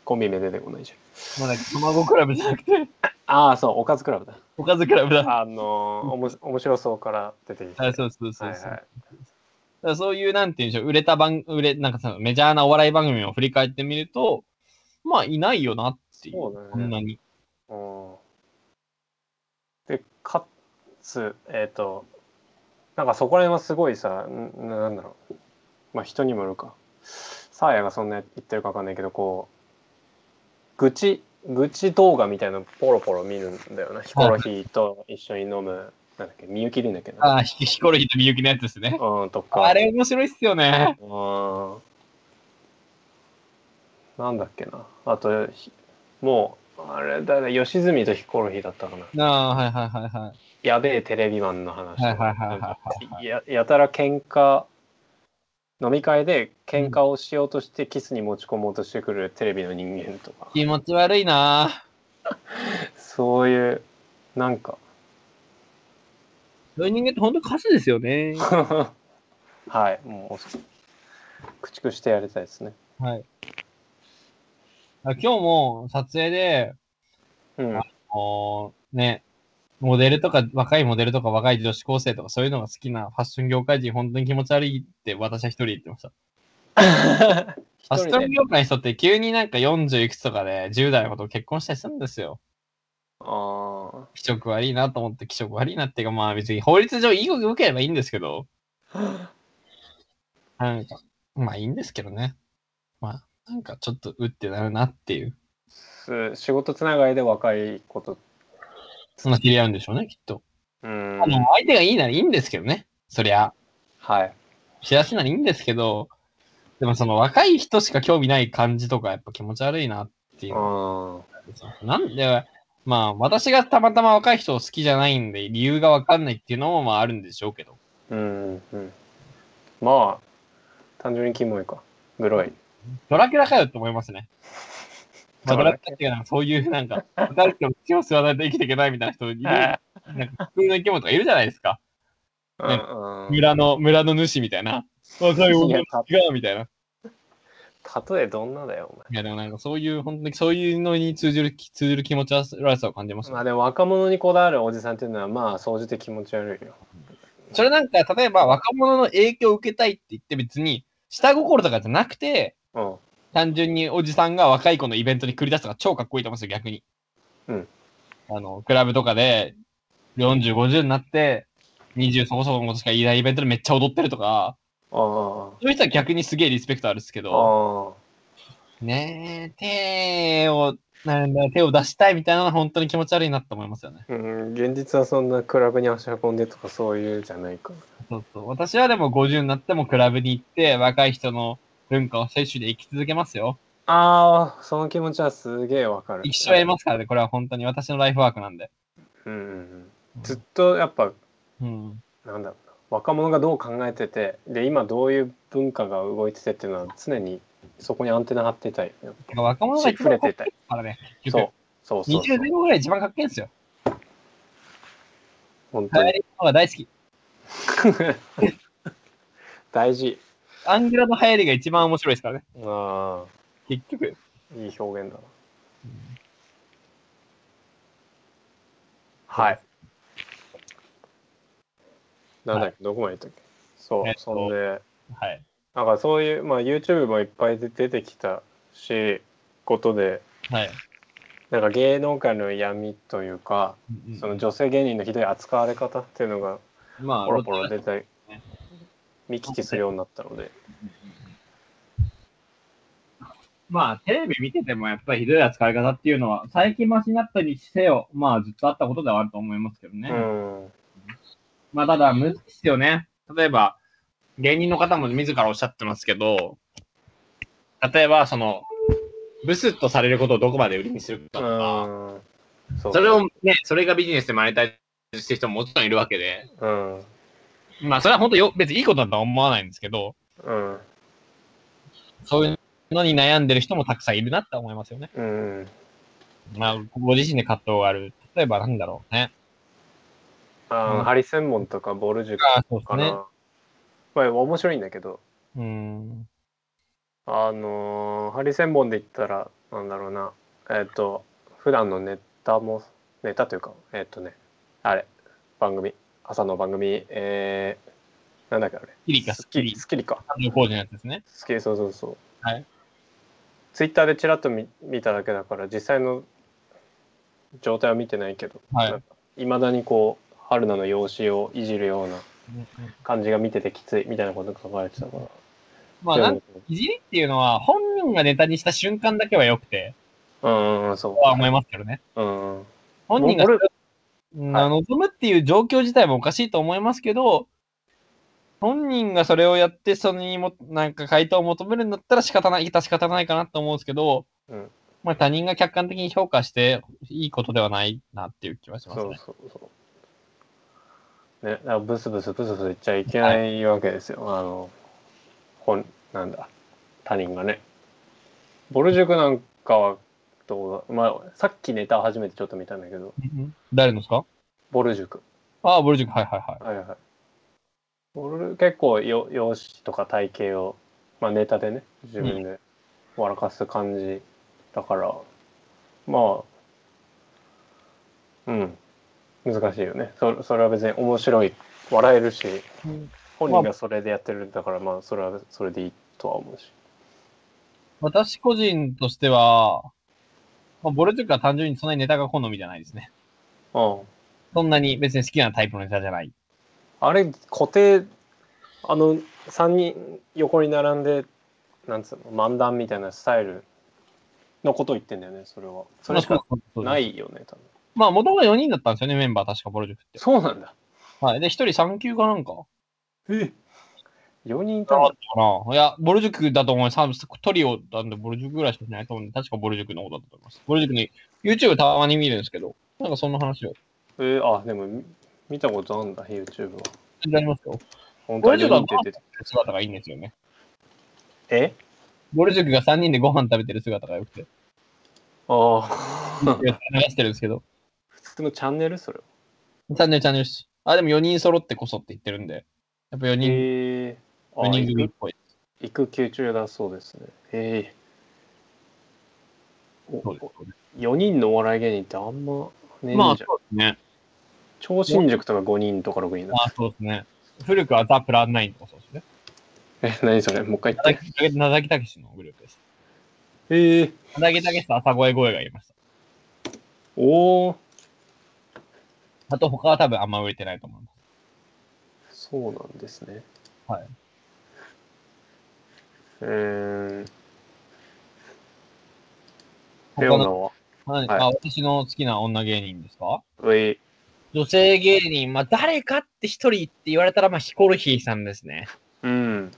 A: コンビ名出てこないじゃん。
B: っけ、卵クラブじゃなくて、
A: ああ、そう、おかずクラブだ。
B: おかずクラブだ。
A: あのー、おもし面白そうから出てきて。
B: はい、そうそうそうそ
A: はい
B: う。
A: はい
B: だからそういう、なんていうんでしょう、売れた番、売れ、なんかそのメジャーなお笑い番組を振り返ってみると、まあ、いないよなっていう、
A: そうだね
B: こんなに。
A: うんでかつえっ、となんかそこら辺はすごいさんななんだろうまあ人にもよるかサーヤがそんな言ってるかわかんないけどこう愚痴愚痴動画みたいなのポロポロ見るんだよなヒコロヒーと一緒に飲むなんだっけみゆきりんだっけ
B: あ
A: な
B: あ、ひヒコロヒーとみゆきのやつですね。
A: うんとか
B: あれ面白いっすよね。
A: うんなんだっけなあとひもうあれだね吉住とヒコロヒーだったかな
B: ああ、はいはいはいはい。
A: やべえテレビマンの話
B: はいはいはいは
A: ややたら喧嘩飲み会で喧嘩をしようとしてキスに持ち込もうとしてくるテレビの人間とか、
B: 気持ち悪いな
A: そういうなんか
B: そういう人間って本当歌詞ですよね。
A: はいもう駆逐してやりたいですね
B: はい。あ今日も撮影で、
A: うん
B: こう、ね、モデルとか、若いモデルとか若い女子高生とかそういうのが好きなファッション業界人、本当に気持ち悪いって私は一人言ってました。ファッション業界の人って急になんか40いくつとかで10代のこと結婚したりするんですよ。
A: ああ
B: 気色悪いなと思って気色悪いなっていうか、まあ別に法律上いいこと受ければいいんですけど、なんか、まあいいんですけどね。まあ、なんかちょっとうってなるなっていう。
A: す仕事つながりで若いこと
B: そんな知り合うんでしょうね、きっと。
A: うん
B: あの相手がいいならいいんですけどね。そりゃ。
A: はい
B: 幸せならいいんですけど、でもその若い人しか興味ない感じとかやっぱ気持ち悪いなっていうう。
A: ん
B: なんで、まあ私がたまたま若い人を好きじゃないんで理由がわかんないっていうのもまああるんでしょうけど。
A: うんうんまあ単純にキモいかグロい
B: ドラキュラかよって思いますね。まあ、
A: ド
B: ド
A: ラ
B: ラ
A: キ
B: キュラっていうかなんかそういうなんか、誰かも血を吸わないと生きていけないみたいな人いる、なんか普通の生き物とかいるじゃないですか。
A: うんうん
B: 村の、村の主みたいな。若い女の違うみたいな。
A: 例えどんなだよ、
B: いやでもなんかそういう、本当にそういうのに通じる、通じる気持ち悪さを感じま
A: お
B: し
A: 前。
B: た
A: ま。あでも若者にこだわるおじさんっていうのはまあ総じて気持ち悪いよ。
B: それなんか、例えば若者の影響を受けたいって言って別に、下心とかじゃなくて、
A: うん。
B: 単純におじさんが若い子のイベントに繰り出すのが超かっこいいと思うんですよ、逆に。
A: うん。
B: あの、クラブとかで、40、50になって、20そこそこのことしか言えないイベントでめっちゃ踊ってると
A: あ
B: か、そういう人は逆にすげえリスペクトあるんですけ
A: あ。
B: ど、
A: あ
B: ねえ、手を、なんだ、手を出したいみたいなのは本当に気持ち悪いなって思いますよね。
A: あ。うん、現実はそんなクラブに足運んでとかそういうじゃないか。
B: そうそう。私はでも50になってもクラブに行って、若い人の文化を摂取で生き続けますよ。
A: ああ、その気持ちはすげえわかる。
B: 一生やりますからね、これは本当に私のライフワークなんで。
A: うんうんうん。ずっとやっぱ、
B: うん。
A: なんだろうな。若者がどう考えてて、で、今どういう文化が動いててっていうのは常にそこにアンテナ張ってたい。
B: てか若者が一
A: 触れ
B: 番か
A: て
B: っこ
A: た
B: い
A: い
B: い。からね、結
A: そ
B: 局
A: う。。そうそうそ
B: 20
A: う。
B: 前後ぐらい一番かっけえんですよ。
A: 本当
B: 流行
A: に。
B: りのが大好き。
A: 大事。
B: アングラの流行りが一番面白いですからね。
A: ああ。
B: 結局。
A: いい表現だな。はい。なんだっけ、どこまで行ったっけそう、
B: えっと
A: そんで、
B: はい。
A: なんかそういう、まあ YouTube もいっぱいで出てきたし、ことで、
B: はい。
A: なんか芸能界の闇というか、その女性芸人のひどい扱われ方っていうのが
B: まあ、
A: ポロポロ出て
B: ね、
A: 見聞きするようになったので。
B: まあ、テレビ見ててもやっぱりひどい扱い方っていうのは、最近マシになったにせよ、まあ、ずっとあったことではあると思いますけどね。
A: うん。
B: まあ、ただ、難しいですよね。例えば、芸人の方も自らおっしゃってますけど、例えば、その、ブスッとされることをどこまで売りにするかとか、
A: うん。そう
B: それをね、それがビジネスでマネタイズしてる人ももちろんいるわけで、
A: うん。
B: まあ、それは本当よ、別にいいことだとは思わないんですけど、
A: うん。
B: そういうのに悩んでる人もたくさんいるなって思いますよね。
A: うん。
B: まあ、ご自身で葛藤がある。例えば、なんだろうね。
A: あー
B: うん
A: ハリセンボンとかボール塾
B: ああ、そう
A: かな。まあ、面白いんだけど、
B: うん。
A: あのーハリセンボンで言ったら、なんだろうな、えっ、と、普段のネタも、ネタというか、えっ、とね、あれ、番組、朝の番組、えー、なんだっけあれ、
B: キリか、
A: スッ
B: ス
A: キ
B: キ
A: リ、
B: リ。
A: スッキリか。
B: あの工事のやつですね。
A: スッキリ、そうそうそう。
B: はい。
A: ツイッターでちらっと見見ただけだから、実際の状態は見てないけど、
B: はい
A: いまだにこう、春菜の容姿をいじるような感じが見ててきついみたいなこと書かれてたから。
B: まあ、なん
A: うん
B: いじりっていうのは、本人がネタにした瞬間だけは良くて、
A: うんうん、そ
B: とは思いますけどね。
A: う。うんうん。
B: 本人が
A: 俺
B: うん望むっていう状況自体もおかしいと思いますけど、本人がそれをやって、それにも、なんか回答を求めるんだったら仕方ない、致し方ないかなと思うんですけど、
A: うん
B: まあ他人が客観的に評価していいことではないなっていう気はします
A: そう
B: ね。
A: そうそう。ね、だからブスブスブスブス言っちゃいけないわけですよ。あの、ほん、なんだ、他人がね。ボル塾なんかはどうだ、まあ、さっきネタを初めてちょっと見たんだけど、
B: うん誰のですか
A: ボル塾。
B: ああ、ボルジュク、はいはいはい。
A: はいはい。ボル結構よ、容姿とか体型を、まあネタでね、自分で笑かす感じだから、まあ、うん、難しいよね。そそれは別に面白い、笑えるし、本人がそれでやってるんだから、まあそれはそれでいいとは思うし。
B: 私個人としては、まあ、ボルジュクは単純にそんなにネタが好みじゃないですね。
A: うん。
B: そんなに別に好きなタイプのネタじゃない。。
A: あれ固定あの3人横に並んでなんつうの漫談みたいなスタイルのことを言ってんだよねそれはそれしかないいよね多分
B: まあ、元々4人だったんですよね、メンバー確かボルジュクって。
A: そうなんだ
B: はい。で、1人3級かなんか。
A: え4人いた
B: だ
A: の
B: ったかな。いや、ボルジュクだと思います。トリオなんでボルジュクぐらいしかしないと思うんで、確かボルジュクのことだと思います。ボルジュクに YouTube たまに見るんですけど、なんかそんな話を。
A: えーあでもみ見たことあるんだ YouTube は
B: 全然ありますよ。
A: 本当は
B: 俺ちょっと
A: 4人って出て
B: 姿がいいんですよね。
A: え
B: ボルジュクが3人でご飯食べてる姿が良くて。
A: ああ
B: 流してるんですけど。
A: 普通のチャンネルそれは
B: チャンネルチャンネルです。あ、でも4人揃ってこそって言ってるんで。やっぱ4人、
A: えー、
B: 4
A: あ
B: 人組っ
A: 育
B: ぽい。
A: 育休中だそうですねええ
B: そうです
A: ー、4人のお笑い芸人ってあんまねえんじゃん、
B: まあ、そうですね。
A: 超新塾とか5人とか6人だ
B: ま。あ、そうですね。古くはザ・プランナインとかそうですね。
A: え、何それもう一回言って。
B: なだぎたけしのグループです。
A: ええ
B: なだぎたけしと朝声声がいました。
A: おお、
B: あと他は多分あんま売れてないと思います。
A: そうなんですね。
B: はい。
A: うーん。レオ
B: 他
A: ナ
B: の、
A: は
B: はい
A: はい
B: あ私の好きな女芸人ですか
A: うい。
B: 女性芸人、まあ誰かって一人って言われたら、まあヒコロヒーさんですね。
A: うん。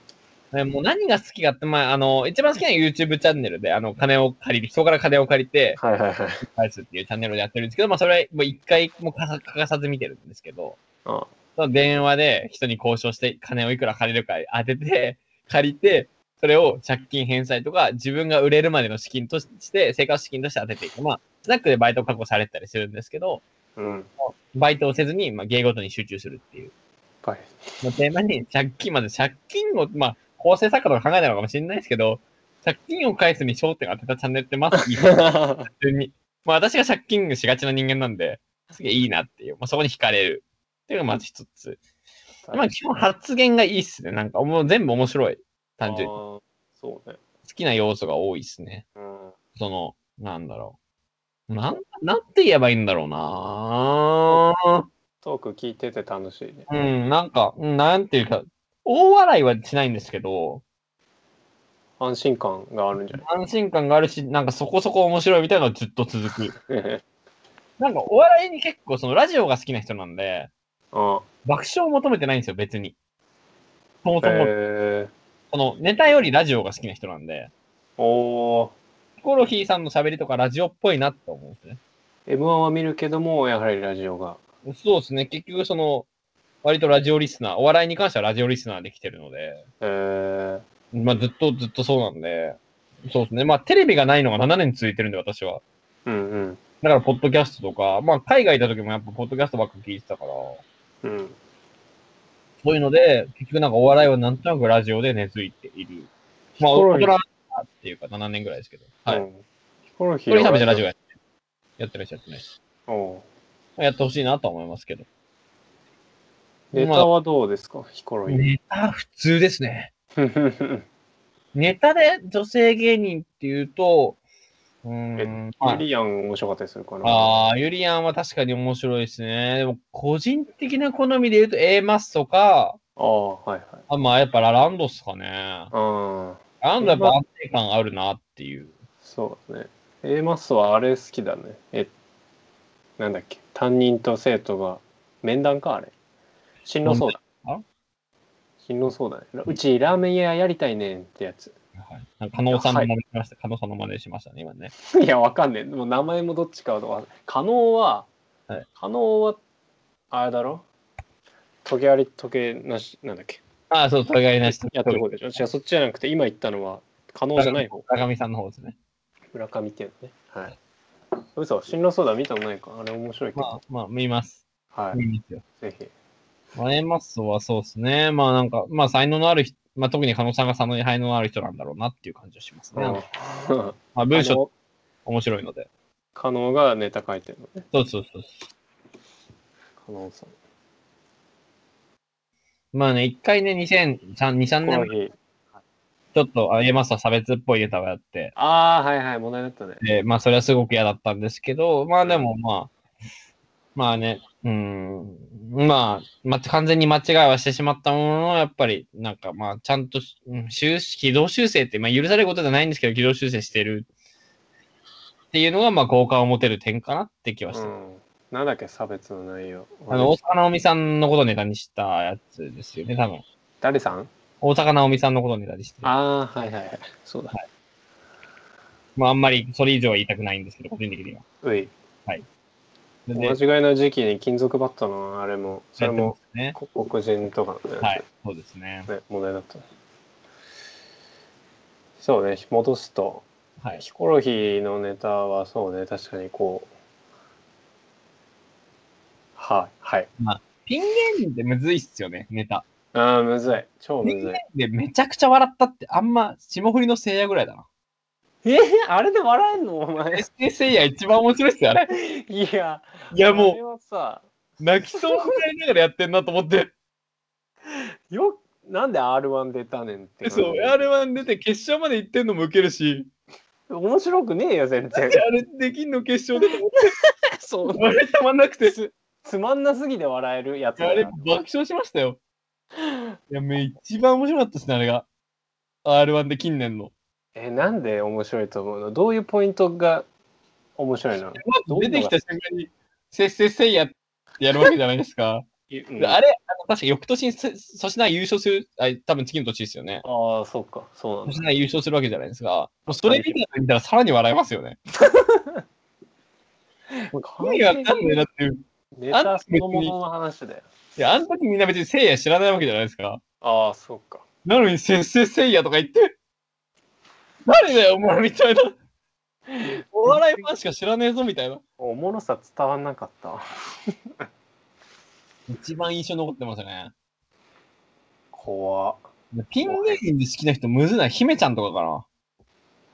B: えもう何が好きかって、まああの、一番好きな YouTube チャンネルで、あの、金を借りる、人から金を借りて、
A: はいはいはい。
B: 返すっていうチャンネルでやってるんですけど、まあそれはもう一回も欠か欠かさず見てるんですけど、
A: あ
B: その電話で人に交渉して金をいくら借りるか当てて、借りて、それを借金返済とか、自分が売れるまでの資金として、生活資金として当てていく。まあ、スナックでバイトを確保されてたりするんですけど、
A: うん。
B: バイトをせずに、まあ、芸事に集中するっていう。
A: はい。
B: まあ、テーマに借金まで、借金を、まあ、構成作家とか考えたのかもしれないですけど、借金を返すに焦点を当てたチャンネルってまずいいな、普通に。まあ、私が借金しがちな人間なんで、すげえいいなっていう。まあ、そこに惹かれる。っていうのがまず一つ。まあ基本発言がいいっすね。なんかもう全部面白い。単純に。好
A: あーそうね。
B: きな要素が多いっすね。
A: うん。
B: その、なんだろう。なん、なんて言えばいいんだろうな
A: トーク聞いてて楽しいね。
B: うん、なんか、うんなんていうか、大笑いはしないんですけど、
A: 安心感があるんじゃ ない
B: 安心感があるし、なんかそこそこ面白いみたいなのはずっと続く。
A: ええ
B: なんかお笑いに結構そのラジオが好きな人なんで、
A: あ
B: 爆笑を求めてないんですよ、別に。そもそも、
A: へえ
B: このネタよりラジオが好きな人なんで、
A: おー
B: ヒコロヒーさんの喋りとかラジオっぽいなって思うんですね。
A: M1 は見るけどもやはりラジオが
B: そうですね、結局その、割とラジオリスナー、お笑いに関してはラジオリスナーできてるので、
A: え
B: まあずっとずっとそうなんで、そうですね、まあテレビがないのが7年続いてるんで、私は。
A: えうん
B: だから、ポッドキャストとか、まあ、海外行った時もやっぱ、ポッドキャストばっか聞いてたから、
A: うんうん
B: そういうので、結局なんかお笑いはなんとなくラジオで根付いている。まあ、
A: ヒコロ
B: 大
A: ヒー
B: 人っていうか、7年ぐらいですけど。はい。
A: うんヒコロヒ
B: 一人
A: ー
B: 食べじゃラジオ
A: オ
B: やってないやってないし、やってないし。
A: おう
B: まあやってほしいなとは思いますけど。
A: ネタはどうですかヒコロヒ ー
B: ネタ、普通ですね。
A: ユ
B: ネタで女性芸人っていうと、うーん、まあ
A: リアン面白かったりするかな
B: あー、ゆりやんは確かに面白いですね。でも、個人的な好みで言うと、A マッソか、
A: ああはいはい
B: あまあ、やっぱラランドっすかね。
A: ああ
B: なんだやっぱ安定感あるなっていう。
A: そうだね A マスはあれ好きだねえなんだっけ担任と生徒が面談かあれ進路相
B: あ
A: 談進路相談ねうちラーメン屋やりたいねんってやつ
B: はい、なんか加納さんの真似しました。加納さんの真似しましたね、今ね。
A: いやわかんねえもう名前もどっちかは可能は、
B: はい
A: 可能はあれだろ時計あり時計なしなんだっけ
B: ああ、そう、それがいなし。
A: やってる方でしょじゃあそっちじゃなくて今言ったのは可能じゃない方
B: 村上さんの方ですね。
A: 村上っていうのねはい嘘進路相談見たことないかあれ面白いけど、
B: まあ、まあ、見ます。
A: はい、
B: 見ますよ。
A: ぜひ
B: マネマッソはそうですね。まあ、なんか、まあ、才能のある人、まあ、特に加納さんが才能に才能のある人なんだろうなっていう感じがしますね。
A: うん
B: まあ、文章 面白いので。
A: 可能がネタ書いてるのね。
B: そうそうそう。
A: 可能さん。
B: まあね、一回ね、2003、2、3
A: ヒコ
B: 年
A: ロ
B: 前、
A: ヒー。
B: ちょっと、あえマッソは差別っぽいネタをやって、
A: ああ、はいはい、問題だったね。
B: で、まあ、それはすごく嫌だったんですけど、まあでも、まあ、まあね、うーん、まあ、ま、完全に間違いはしてしまったものの、やっぱり、なんか、まあ、ちゃんと、うん修軌道修正って、まあ、許されることじゃないんですけど、軌道修正してるっていうのが、まあ、好感を持てる点かなって気はし
A: う
B: て、
A: ん。なんだっけ、差別の内容。
B: あの、大阪直美さんのことをネタにしたやつですよね、多分。
A: 誰さん
B: 大阪直美さんのことをネタにして。
A: ああ、はいはいはい。そうだ。
B: まあ、あんまりそれ以上は言いたくないんですけど、個人的には。
A: うい。
B: で
A: 間違いな時期に金属バットのあれも、それも
B: ね。
A: こ黒人とかのね、
B: はい、そうですね。
A: ね問題だったね。そうね、戻すと、
B: はい。
A: ヒコロヒーのネタはそうね、確かにこう、はい、はい。
B: ピン芸人ってむずいっすよね、ネタ。
A: ああ、むずい。超む
B: ピン
A: ずい
B: 芸。人でめちゃくちゃ笑ったって、あんま、霜降りの聖夜ぐらいだ な。
A: えーあれで笑えんのお前。
B: え、聖夜一番面白いっすよ、あれ。
A: いや、
B: いや、
A: あれ
B: も
A: はさ、
B: う、泣きそうになりながらやってんなと思って。
A: よなんで R1 出たねんって。
B: そう、R1 出て決勝まで行ってんのもウケるし、
A: 面白くねえよ、全然。
B: あれできんの決勝でも、
A: そう。
B: あれたまんなくて。
A: つまんなすぎて笑えるやつ
B: あ
A: だ
B: れ、
A: よ。
B: 爆笑しましたよ。いや、もう一番面白かったっすね、あれが。R1 で近年の。
A: え、なんで面白いと思うのどういうポイントが面白いのどうい
B: 出
A: うの
B: て
A: が
B: きた瞬間に、せっせっせいやってやるわけじゃないですか。
A: うん
B: であれ、あの確か翌年にせ粗品優勝する、あ多分次の年ですよね。
A: ああ、そうか、そうな
B: 粗
A: んだ。
B: 品優勝するわけじゃないですか。もうそれ見たら見たらさらに笑いますよね。意味わかんないなっていう。
A: ネタそのものの話だよ。
B: いや、あの時みんな別にせいや知らないわけじゃないですか。
A: ああ、そうか。
B: なのにせっせっせいやとか言って、誰だよ、お前みたいな。お笑いファンしか知らねえぞみたいな。
A: おもろさ伝わんなかったわ。
B: 一番印象に残ってますよね。
A: 怖っ
B: ピン芸人で好きな人むずない。姫ちゃんとかか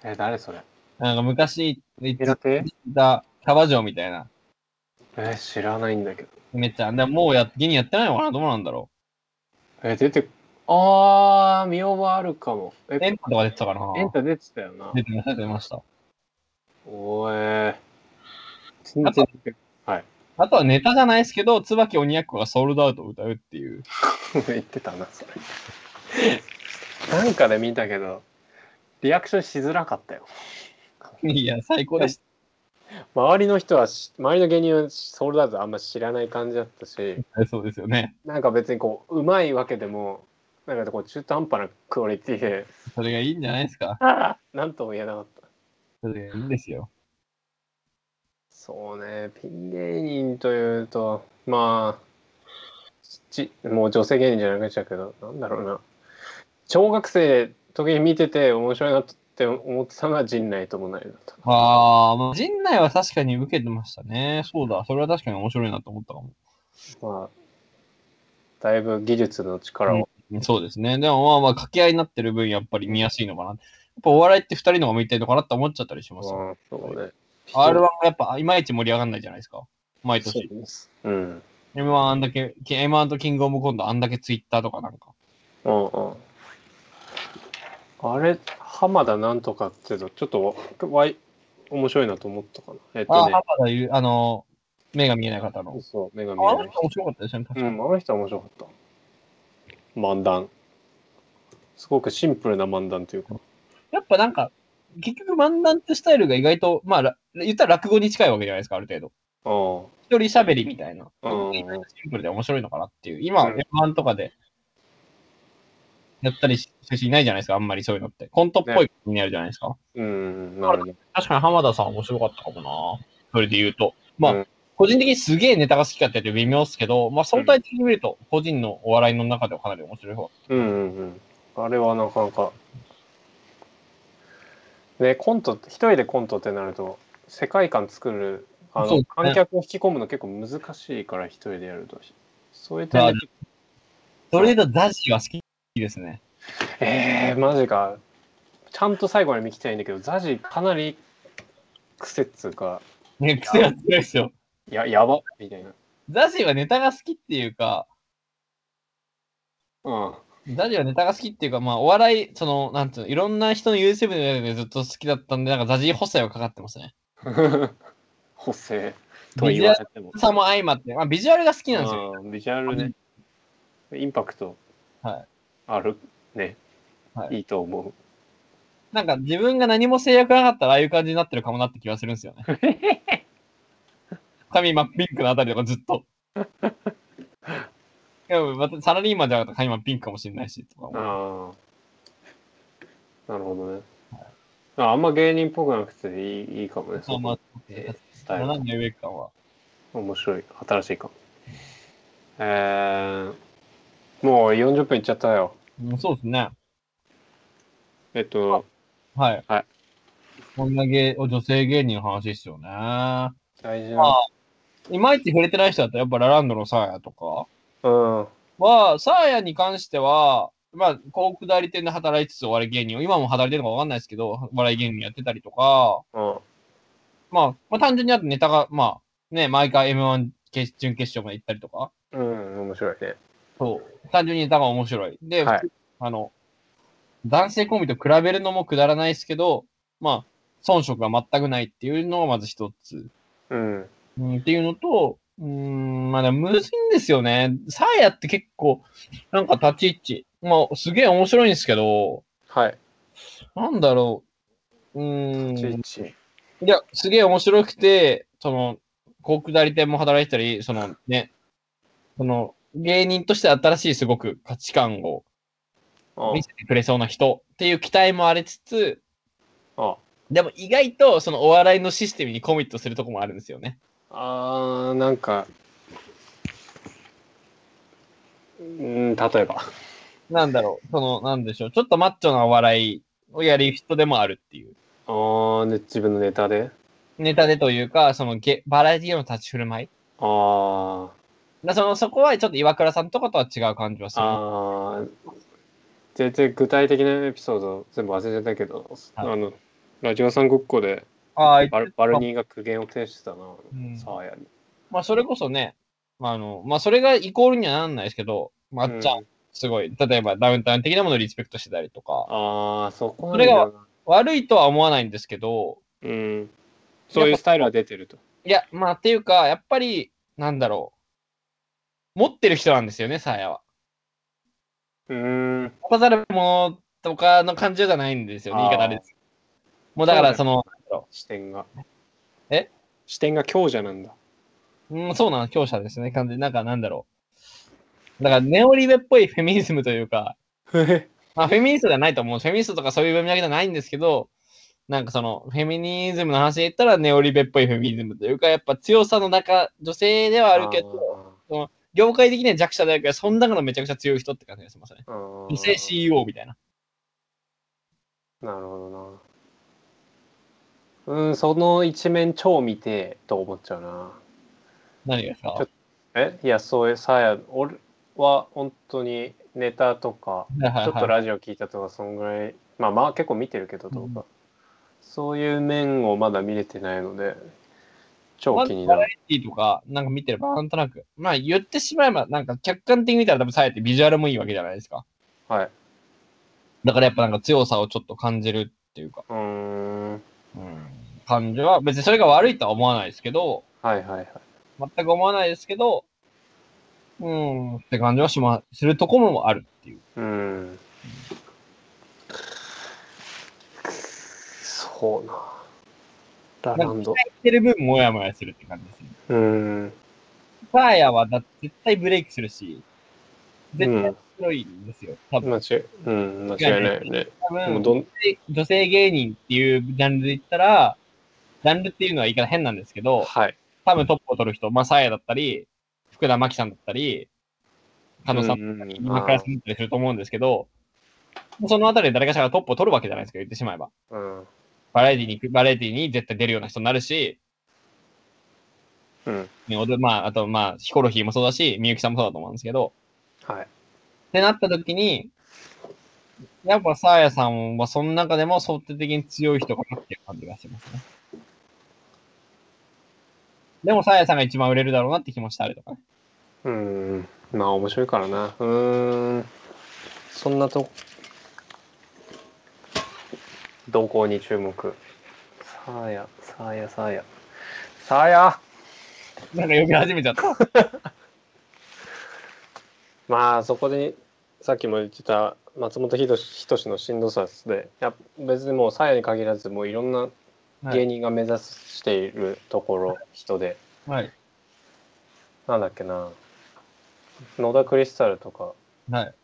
B: な。
A: え、誰それ
B: なんか昔言って
A: 平手
B: たキャバ嬢みたいな。
A: え、知らないんだけど。
B: 姫ちゃん。でももうや芸人やってないのかなどうなんだろう。
A: え、出て、ああ、見覚えあるかも。え、
B: エンタとか出てたかな
A: エンタ出てたよな。
B: 出てました、出てました。
A: おえ。全然出て
B: あと はネタじゃないですけど、椿鬼奴がソールドアウトを歌うっていう。
A: 言ってたな、それ。なんかで見たけどリアクションしづらかったよ
B: いや、最高でし。
A: 周りの人はし周りの芸人はソウルダーズあんま知らない感じだったした
B: そうですよね。
A: なんか別にこううまいわけでもなんかこう中途半端なクオリティで
B: それがいいんじゃないですか。
A: なんとも言えなかった
B: それがいいんですよ。
A: そうねピン芸人というとまあちもう女性芸人じゃなくなっちゃうけどなんだろうな小学生時に見てて面白いなって思ってたのは陣内智則だった
B: ああ、まあ、陣内は確かに受けてましたね。そうだ、それは確かに面白いなと思ったかも。
A: まあだいぶ技術の力を、
B: そうですね。でもまあまあ、掛け合いになってる分、やっぱり見やすいのかな。やっぱお笑いって二人の方が向いてるのかなって思っちゃったりしますよ。
A: まあそうね
B: R1 がやっぱ、いまいち盛り上がんないじゃないですか。毎
A: そう
B: 年。
A: ですうん
B: M1 あんだけ、M1 とキングオブコントあんだけツイッターとかなんか。
A: うんうんあれ浜田なんとかっていうのちょっとわわい面白いなと思ったかなえっ
B: あ
A: と
B: あ、
A: ね
B: 浜田ゆう、あの、目が見えない方
A: そう
B: の。
A: そう目が
B: あ
A: 見え
B: の
A: ない
B: 人面白かったですよね、確
A: う
B: か
A: ん、あの人は面白かった。漫談。すごくシンプルな漫談というか。
B: やっぱなんか、結局漫談ってスタイルが意外と、まあ、ら言ったら落語に近いわけじゃないですか、ある程度。
A: あ
B: 一人喋りみたいな。
A: あ。うん。
B: 意外とシンプルで面白いのかなっていう。今、
A: うん
B: M1 とかで、やったりしてる人いないじゃないですか、あんまりそういうのって。コントっぽいことになるじゃないですか。
A: うん。なるほど。
B: 確かに浜田さん面白かったかもな。それで言うと。まあ、
A: うん
B: 個人的にすげえネタが好きかって言って微妙ですけど、まあ相対的に見ると、個人のお笑いの中ではかなり面白い方。
A: うんうんうん。あれはなかなか。ね、コント、一人でコントってなると、世界観作る、あ
B: そう
A: の、
B: ね
A: 観客を引き込むの結構難しいから、一人でやると。そういう点で、
B: それで言うと、ザジは好きですね。
A: えー、マジか。ちゃんと最後まで見きたいんだけど、ザジかなり癖っつうか、
B: ね、癖が強いですよ。
A: や、やば、みたいな。
B: ザジはネタが好きっていうか、
A: うん。
B: ザジはネタが好きっていうか、まあお笑い、その、なんつうの、いろんな人の YouTube でずっと好きだったんで、なんかザジ補正はかかってますね。
A: 補正と言われても。
B: さも相まって、まあビジュアルが好きなんですよ。
A: うんビジュアルね、インパクト
B: はい
A: あるね、、
B: はい
A: いと思
B: なんか自分が何も制約なかったらああいう感じになってるかもなって気はするんですよね。 髪真っピンクのあたりとかずっと。でもまたサラリーマンじゃなかったら髪真っピンクかもしれないしとか
A: う。
B: 思う。
A: ああ。なるほどね。ああんま芸人っぽくなくていいいいかもね。
B: そうまあ、
A: スタイル
B: 斜め上感は。
A: 面白い。新しいかも。えー、もう40分いっちゃったよ。
B: うんそうですね。
A: えっと、
B: はい。
A: はい
B: こんな芸女性芸人の話ですよね。
A: 大事な。
B: まあ、いまいち触れてない人だったらやっぱラランドのサーヤとか
A: うん。
B: は、サーヤに関しては、まあ、こう下り店で働いつつお笑い芸人を、今も働いてるのかわかんないですけど、お笑い芸人やってたりとか、
A: うん。
B: まあ、まあ、単純にあとネタが、まあ、ね、毎回 M1 決準決勝まで行ったりとか、
A: うん、面白いね。
B: そう。単純にネタが面白い。で、
A: はい
B: 普通あの、男性コンビと比べるのもくだらないですけど、まあ、遜色が全くないっていうのがまず一つ。
A: うん。
B: うん、っていうのと、うーん、まあでもむずいんですよね。サーヤって結構、なんか立ち位置、まあ、すげえ面白いんですけど、
A: はい。
B: なんだろう。うーん。
A: ちいち。
B: いや、すげえ面白くて、その、航空代理店も働いてたり、そのね、その、芸人として新しいすごく価値観を
A: あ
B: 見せてくれそうな人っていう期待もありつつ、
A: あ。
B: でも意外とそのお笑いのシステムにコミットするとこもあるんですよね。
A: あーなんかうん例えば
B: なんだろう、その、なんでしょう、ちょっとマッチョなお笑いをやる人でもあるっていう。
A: あー、ね、自分のネタで
B: ネタでというか、そのゲ、バラエティの立ち振る舞い。
A: あー
B: だその、そこはちょっと岩倉さんとかとは違う感じはする。
A: あー全然具体的なエピソード全部忘れてたけど、
B: はい
A: あのラジオさんごっこで
B: あー
A: バルバルニーが苦言を呈してたな、
B: うん
A: サーヤに。
B: まあ、それこそね、まあ、あの、まあ、それがイコールにはならないですけど、まああっちゃ、
A: うん
B: すごい、例えばダウンタウン的なものをリスペクトしてたりとか、
A: ああそこなんだよな
B: 悪いとは思わないんですけど、
A: うん、そういうスタイルは出てると。
B: いや、まあ、っていうか、やっぱり、なんだろう、持ってる人なんですよね、サーヤは。
A: うーん。
B: 起こざる者とかの感情じゃないんですよね。
A: あー
B: 言い方あれです。もうだからそ
A: そう
B: の、
A: 視点が。
B: え
A: 視点が強者なんだ。
B: うん、そうなの、強者ですね。感じ、なんかなんだろう。だからネオリベっぽいフェミニズムというか、まあフェミニストじゃないと思う。フェミニストとかそういう文脈じゃないんですけど、なんかそのフェミニズムの話で言ったらネオリベっぽいフェミニズムというか、やっぱ強さの中、女性ではあるけど、業界的には弱者だけど、その中のめちゃくちゃ強い人って感じがしますね。
A: あー。
B: 女
A: 女
B: 性 CEO みたいな。
A: なるほどな。うん、その一面超見てえと思っちゃうな。
B: 何がですか
A: ちょっえいや、そういうさや、俺は本当にネタとか、
B: はいはい
A: ちょっと
B: はい
A: ラジオ聞いたとか、そんぐらい、まあまあ結構見てるけど、動
B: うん
A: 画。そういう面をまだ見れてないので、超
B: ま
A: 気に
B: ず
A: な
B: バラ
A: る。
B: エティとか、なんか見てればなんとなく。まあ言ってしまえば、なんか客観的に見たら多分さえってビジュアルもいいわけじゃないですか。
A: はい。
B: だからやっぱなんか強さをちょっと感じるっていうか、
A: うーん。はい
B: 感じは、別にそれが悪いとは思わないですけど、
A: はいはい。
B: 全く思わないですけど、うーん、って感じはしま、するところもあるっていう。
A: うん。そうな。ラランド。
B: 言ってる分、もやもやするって感じですね。
A: うん。
B: サーヤはだって絶対ブレイクするし、
A: う
B: 絶対
A: ん。
B: 強いんですよ。多分、
A: 間違い、うん、間違いないよね。
B: 多
A: もう
B: 分
A: どん、
B: 女性芸人っていうジャンルで言ったら、ジャンルっていうのは言い方変なんですけど、
A: はい。
B: 多分トップを取る人、まあ、サーヤだったり、福田真紀さんだったり、加藤さん
A: うんうん
B: 今から住んだりすると思うんですけど、そのあたりで誰かしらがトップを取るわけじゃないですか、言ってしまえば。
A: うん。
B: バラエティに行く、バラエティに絶対出るような人になるし、
A: うん。
B: 踊るまあ、あと、まあ、ヒコロヒーもそうだし、みゆきさんもそうだと思うんですけど、
A: はい。
B: ってなった時に、やっぱサーヤさんはその中でも相対的に強い人かなっていう感じがしますね。でもサーヤさんが一番売れるだろうなって気もしたりとかね。
A: うん。まあ、面白いからな。うーん。そんなとこ、動向に注目。さあや、さあや、さあや。さあや
B: なんか呼び始めちゃった。
A: まあそこでさっきも言ってた松本人志人志のしんどさでやっ別にもうさやに限らずもういろんな芸人が目指しているところ、人で
B: はい。
A: なんだっけな野田クリスタルとか
B: はい。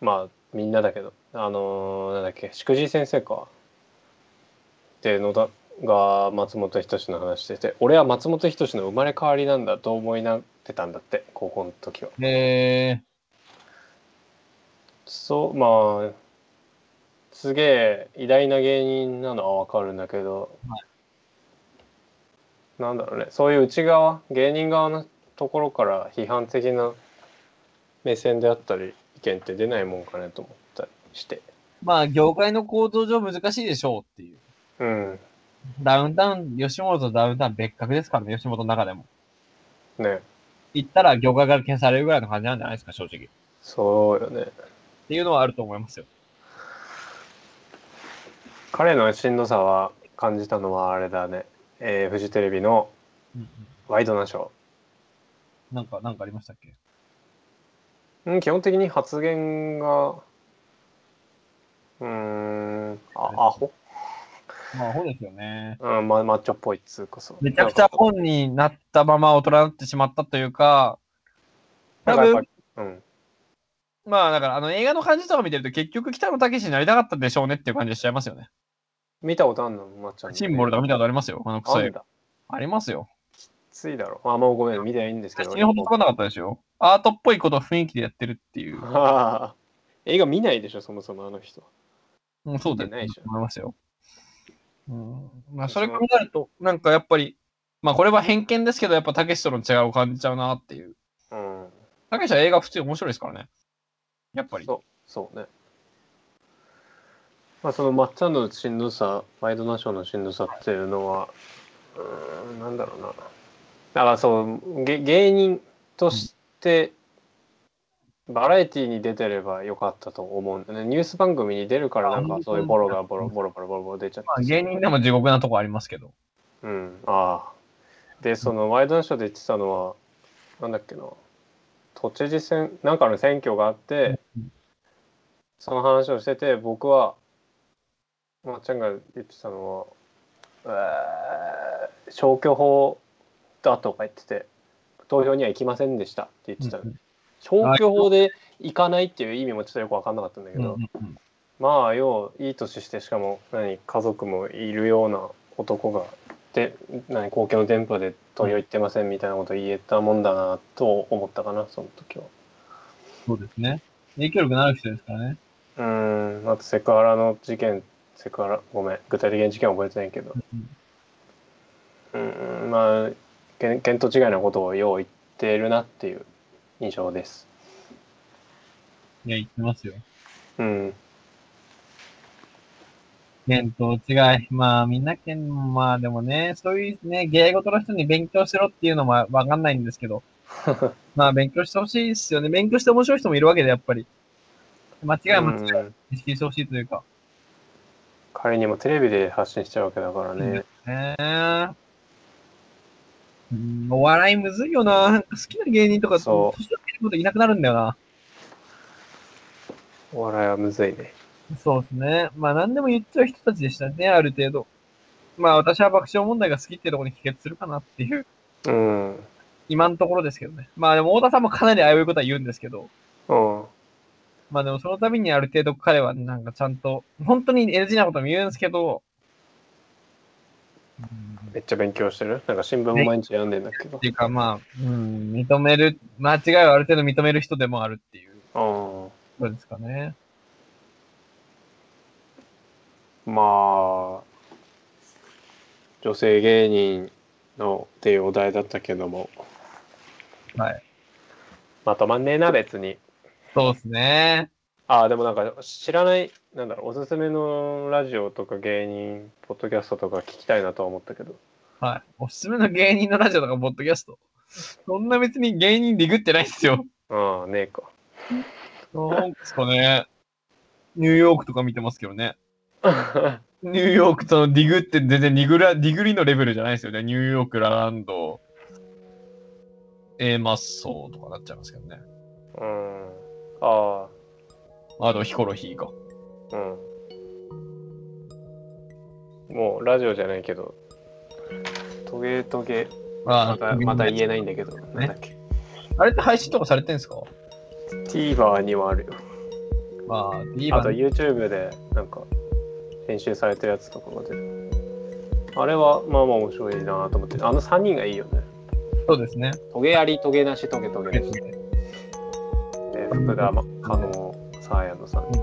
A: まあみんなだけどあのーなんだっけ祝辞先生かで野田が松本人志の話してて俺は松本人志の生まれ変わりなんだと思いなってたんだって高校の時は。
B: え
A: そうまあすげえ偉大な芸人なのは分かるんだけど、なんだろうねそういう内側芸人側のところから批判的な目線であったり意見って出ないもんかねと思ったりして
B: ー、まあ、業界の構造上難しいでしょうっていう。
A: うん
B: ダウンタウン、吉本とダウンタウン別格ですからね、吉本の中でも。
A: ね
B: 行ったら業界から消されるぐらいの感じなんじゃないですか、正直。っ
A: そうよね
B: ていうのはあると思いますよ。
A: 彼のしんどさは感じたのはあれだね、えーフジテレビのワイドナショー
B: なんか、なんかありましたっけ
A: うん、基本的に発言が、うーん、あ、アホ、
B: まあ、そうですよね。
A: うん、ま、マッチョっぽいっつうかそう。
B: めちゃくちゃ本になったまま大人になってしまったというか、
A: なんか、なん
B: 多
A: かやっ
B: 分
A: ぱり、うん、
B: まあだからあの映画の感じとか見てると結局北野武になりたかったんでしょうねっていう感じしちゃいますよね。
A: 見たことあんのマッチョに。
B: シンボルとか見たことありますよ。あのクソ
A: あ
B: 映
A: ん
B: 画
A: だ。
B: ありますよ。
A: ついだろ。あ、もうごめん、見てないんですけ
B: 死
A: ど。
B: ぬほどつまんなかったでしょ。アートっぽいことを雰囲気でやってるっていう。
A: はあ 映画見ないでしょ、そもそもあの人。
B: うん、そうだ
A: 見てない
B: ね
A: でしょ。
B: 思いますよ。うん。まあそれ考えると、なんかやっぱり、まあこれは偏見ですけど、やっぱ武との違いを感じちゃうなっていう。
A: うん。
B: 武は映画普通に面白いですからね。やっぱり。
A: そう、そうね。まあ、そのマッチョのしんどさ、ワイドナショーのしんどさっていうのは、うーん、なんだろうな。だからそう、げ芸人として、バラエティに出てればよかったと思うんだよね。ニュース番組に出るから、なんかそういうボロがボロボロボロボロボロ出ちゃって
B: まあ芸人でも地獄なとこありますけど。
A: うん、ああ。で、そのワイドナショーで言ってたのは、なんだっけな、都知事選、なんかの選挙があって、その話をしてて僕はまっちゃんが言ってたのは「えー消去法だ」とか言ってて「投票には行きませんでした」って言ってたの、消去法で行かないっていう意味もちょっとよく分かんなかったんだけ
B: うん
A: ど、
B: うんうん
A: まあ要はいい年してしかも何家族もいるような男がで何公共の店舗で投票行ってませんみたいなこと言えたもんだなと思ったかなその時は。
B: そうですね。影響力のある人ですからね。
A: うーんあとセクハラの事件セクハラごめん具体的な事件は覚えてないけどうーんまあ見見当違いなことをよう言ってるなっていう印象です。
B: いや、言ってますよ。
A: うん
B: 見当違い。まあ、みんな県、まあでもね、そういうね、芸事の人に勉強しろっていうのもわかんないんです けど。まあ、勉強してほしいですよね。勉強して面白い人もいるわけで、やっぱり。間違いは間違い
A: うん
B: 意識してほしいというか。
A: 仮にもテレビで発信しちゃうわけだからね。
B: ねえ。うん、お笑いむずいよな。なんか好きな芸人とか、
A: そう
B: 年取ってることいなくなるんだよな。
A: お笑いはむずいね。
B: そうですね。まあ何でも言っちゃう人たちでしたね、ある程度。まあ私は爆笑問題が好きってところに帰結するかなっていう、
A: うん。うん。
B: 今のところですけどね。まあでも太田さんもかなり危ういことは言うんですけど、まあでもその度にある程度彼はなんかちゃんと、本当に NG なことも言うんですけど、うん
A: めっちゃ勉強してるなんか新聞も毎日読んでんだけど
B: っ。ていうかまあ、うん、認める、間違いをある程度認める人でもあるっていう
A: うん。
B: ことですかね。
A: まあ、女性芸人のっていうお題だったけども、
B: はい。
A: まとまんねえな、別に。
B: そうですね。
A: ああ、でもなんか知らない、なんだろう、おすすめのラジオとか芸人、ポッドキャストとか聞きたいなとは思ったけど。
B: はい。おすすめの芸人のラジオとか、ポッドキャスト。そんな別に芸人ディグってないですよ。
A: ああ、ねえか。
B: なんですかね。ニューヨークとか見てますけどね。ニューヨークとのディグって全然ディグラ、ディグリのレベルじゃないですよね。ニューヨーク、ラランド、A マッソーとかなっちゃいますけどね。
A: うん。あ
B: あとヒコロヒーか。
A: あ、うん。もうラジオじゃないけど、トゲトゲ、
B: あ
A: またまた言えないんだけど、なんだっけ。
B: あれって配信とかされてんですか
A: TVer にはあるよ。
B: まあ、ディー
A: あ
B: バ
A: と YouTube でなんか編集されてるやつとかが出てあれはまあまあ面白いなと思ってあの3人がいいよね
B: そうですね。
A: トゲありトゲなしトゲトゲなしで福田ま加納サーヤの3人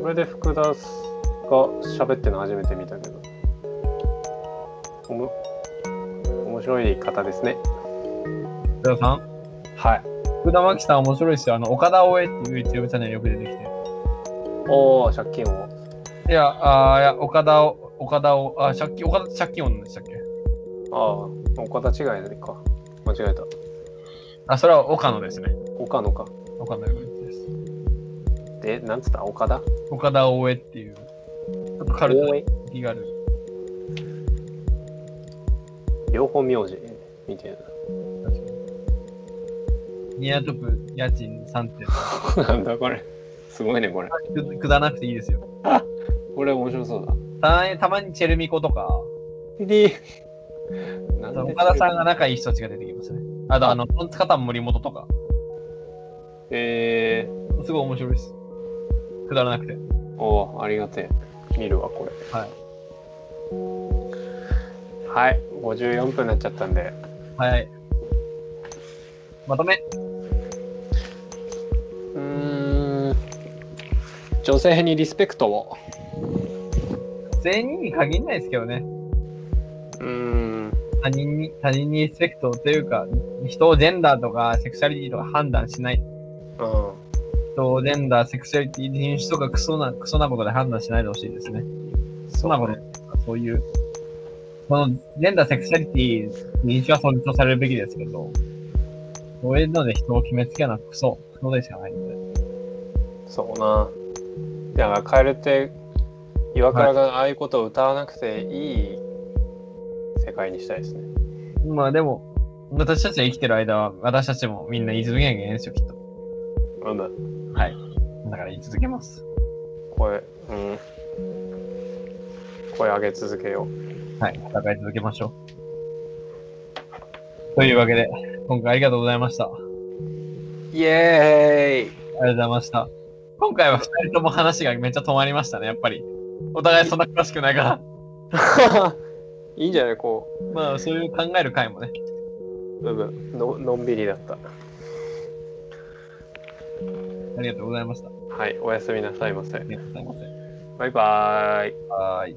A: それで福田が喋ってるの初めて見たけどおも面白い方ですね
B: 福田さん
A: はい
B: 福田真紀さん面白いですよ。あの、岡田大江っていう YouTube チャンネルよく出てきて。
A: おお借金を
B: いや、あーいや、岡田を、岡田を、あ、借金、岡田借金女でしたっけ
A: ああお方違いか間違えた
B: あ、それは岡野ですね。
A: 岡野か
B: 岡野陽一です。
A: でなんつった岡田
B: 岡田大江っていう、ちょっとカルト
A: 大江
B: 気がある。
A: 両方名字みたい
B: ニアトップ家賃3点。
A: な。なんだこれ。すごいねこれ。
B: くくだなくていいですよ。
A: これ面白そうだ。
B: たたまにチェルミコとか、
A: で、 な
B: 岡田さんが仲いい人たちが出てきますね。あと、あの、トンツカタン森本とか、
A: え
B: すごい面白いです。くだらなくて。
A: ー、おおありがてえ。見るわこれ。。
B: はい
A: はい、54分になっちゃったんで、
B: はい。まとめ。
A: うーん、女性にリスペクトを。
B: 全員に限らないですけどね。
A: うーん、
B: 他人に、他人にリスペクトというか、人をジェンダーとかセクシャリティとか判断しない。
A: うん。
B: 人をジェンダー、セクシャリティ、人種とかクソな、クソなことで判断しないでほしいですね。そんなこと、そういう、このジェンダー、セクシャリティ、認識は尊重されるべきですけど、そういうので人を決めつけるのはクソ、クソでしかないので。
A: そうな。だからカエルって岩倉がああいうことを歌わなくていい世界にしたいですね。
B: まあでも、私たちが生きてる間は、私たちもみんな言い続けなきゃいけないんですよ、きっと。
A: なんだ
B: はい。だから言い続けます。
A: 声、うん。声上げ続けよう。
B: はい。戦い続けましょう。というわけで、今回ありがとうございました。あ
A: イエーイ
B: りがとうございました。今回は二人とも話がめっちゃ止まりましたね、やっぱり。お互いそんな詳しくないから。
A: いいんじゃないこう、
B: まあ、そういう考える回もね。
A: うん、ののんびりだった。
B: ありがとうございました。あ
A: はい、おやすみなさいませ。
B: りがとうございま
A: バイバーイ。
B: す。はーい。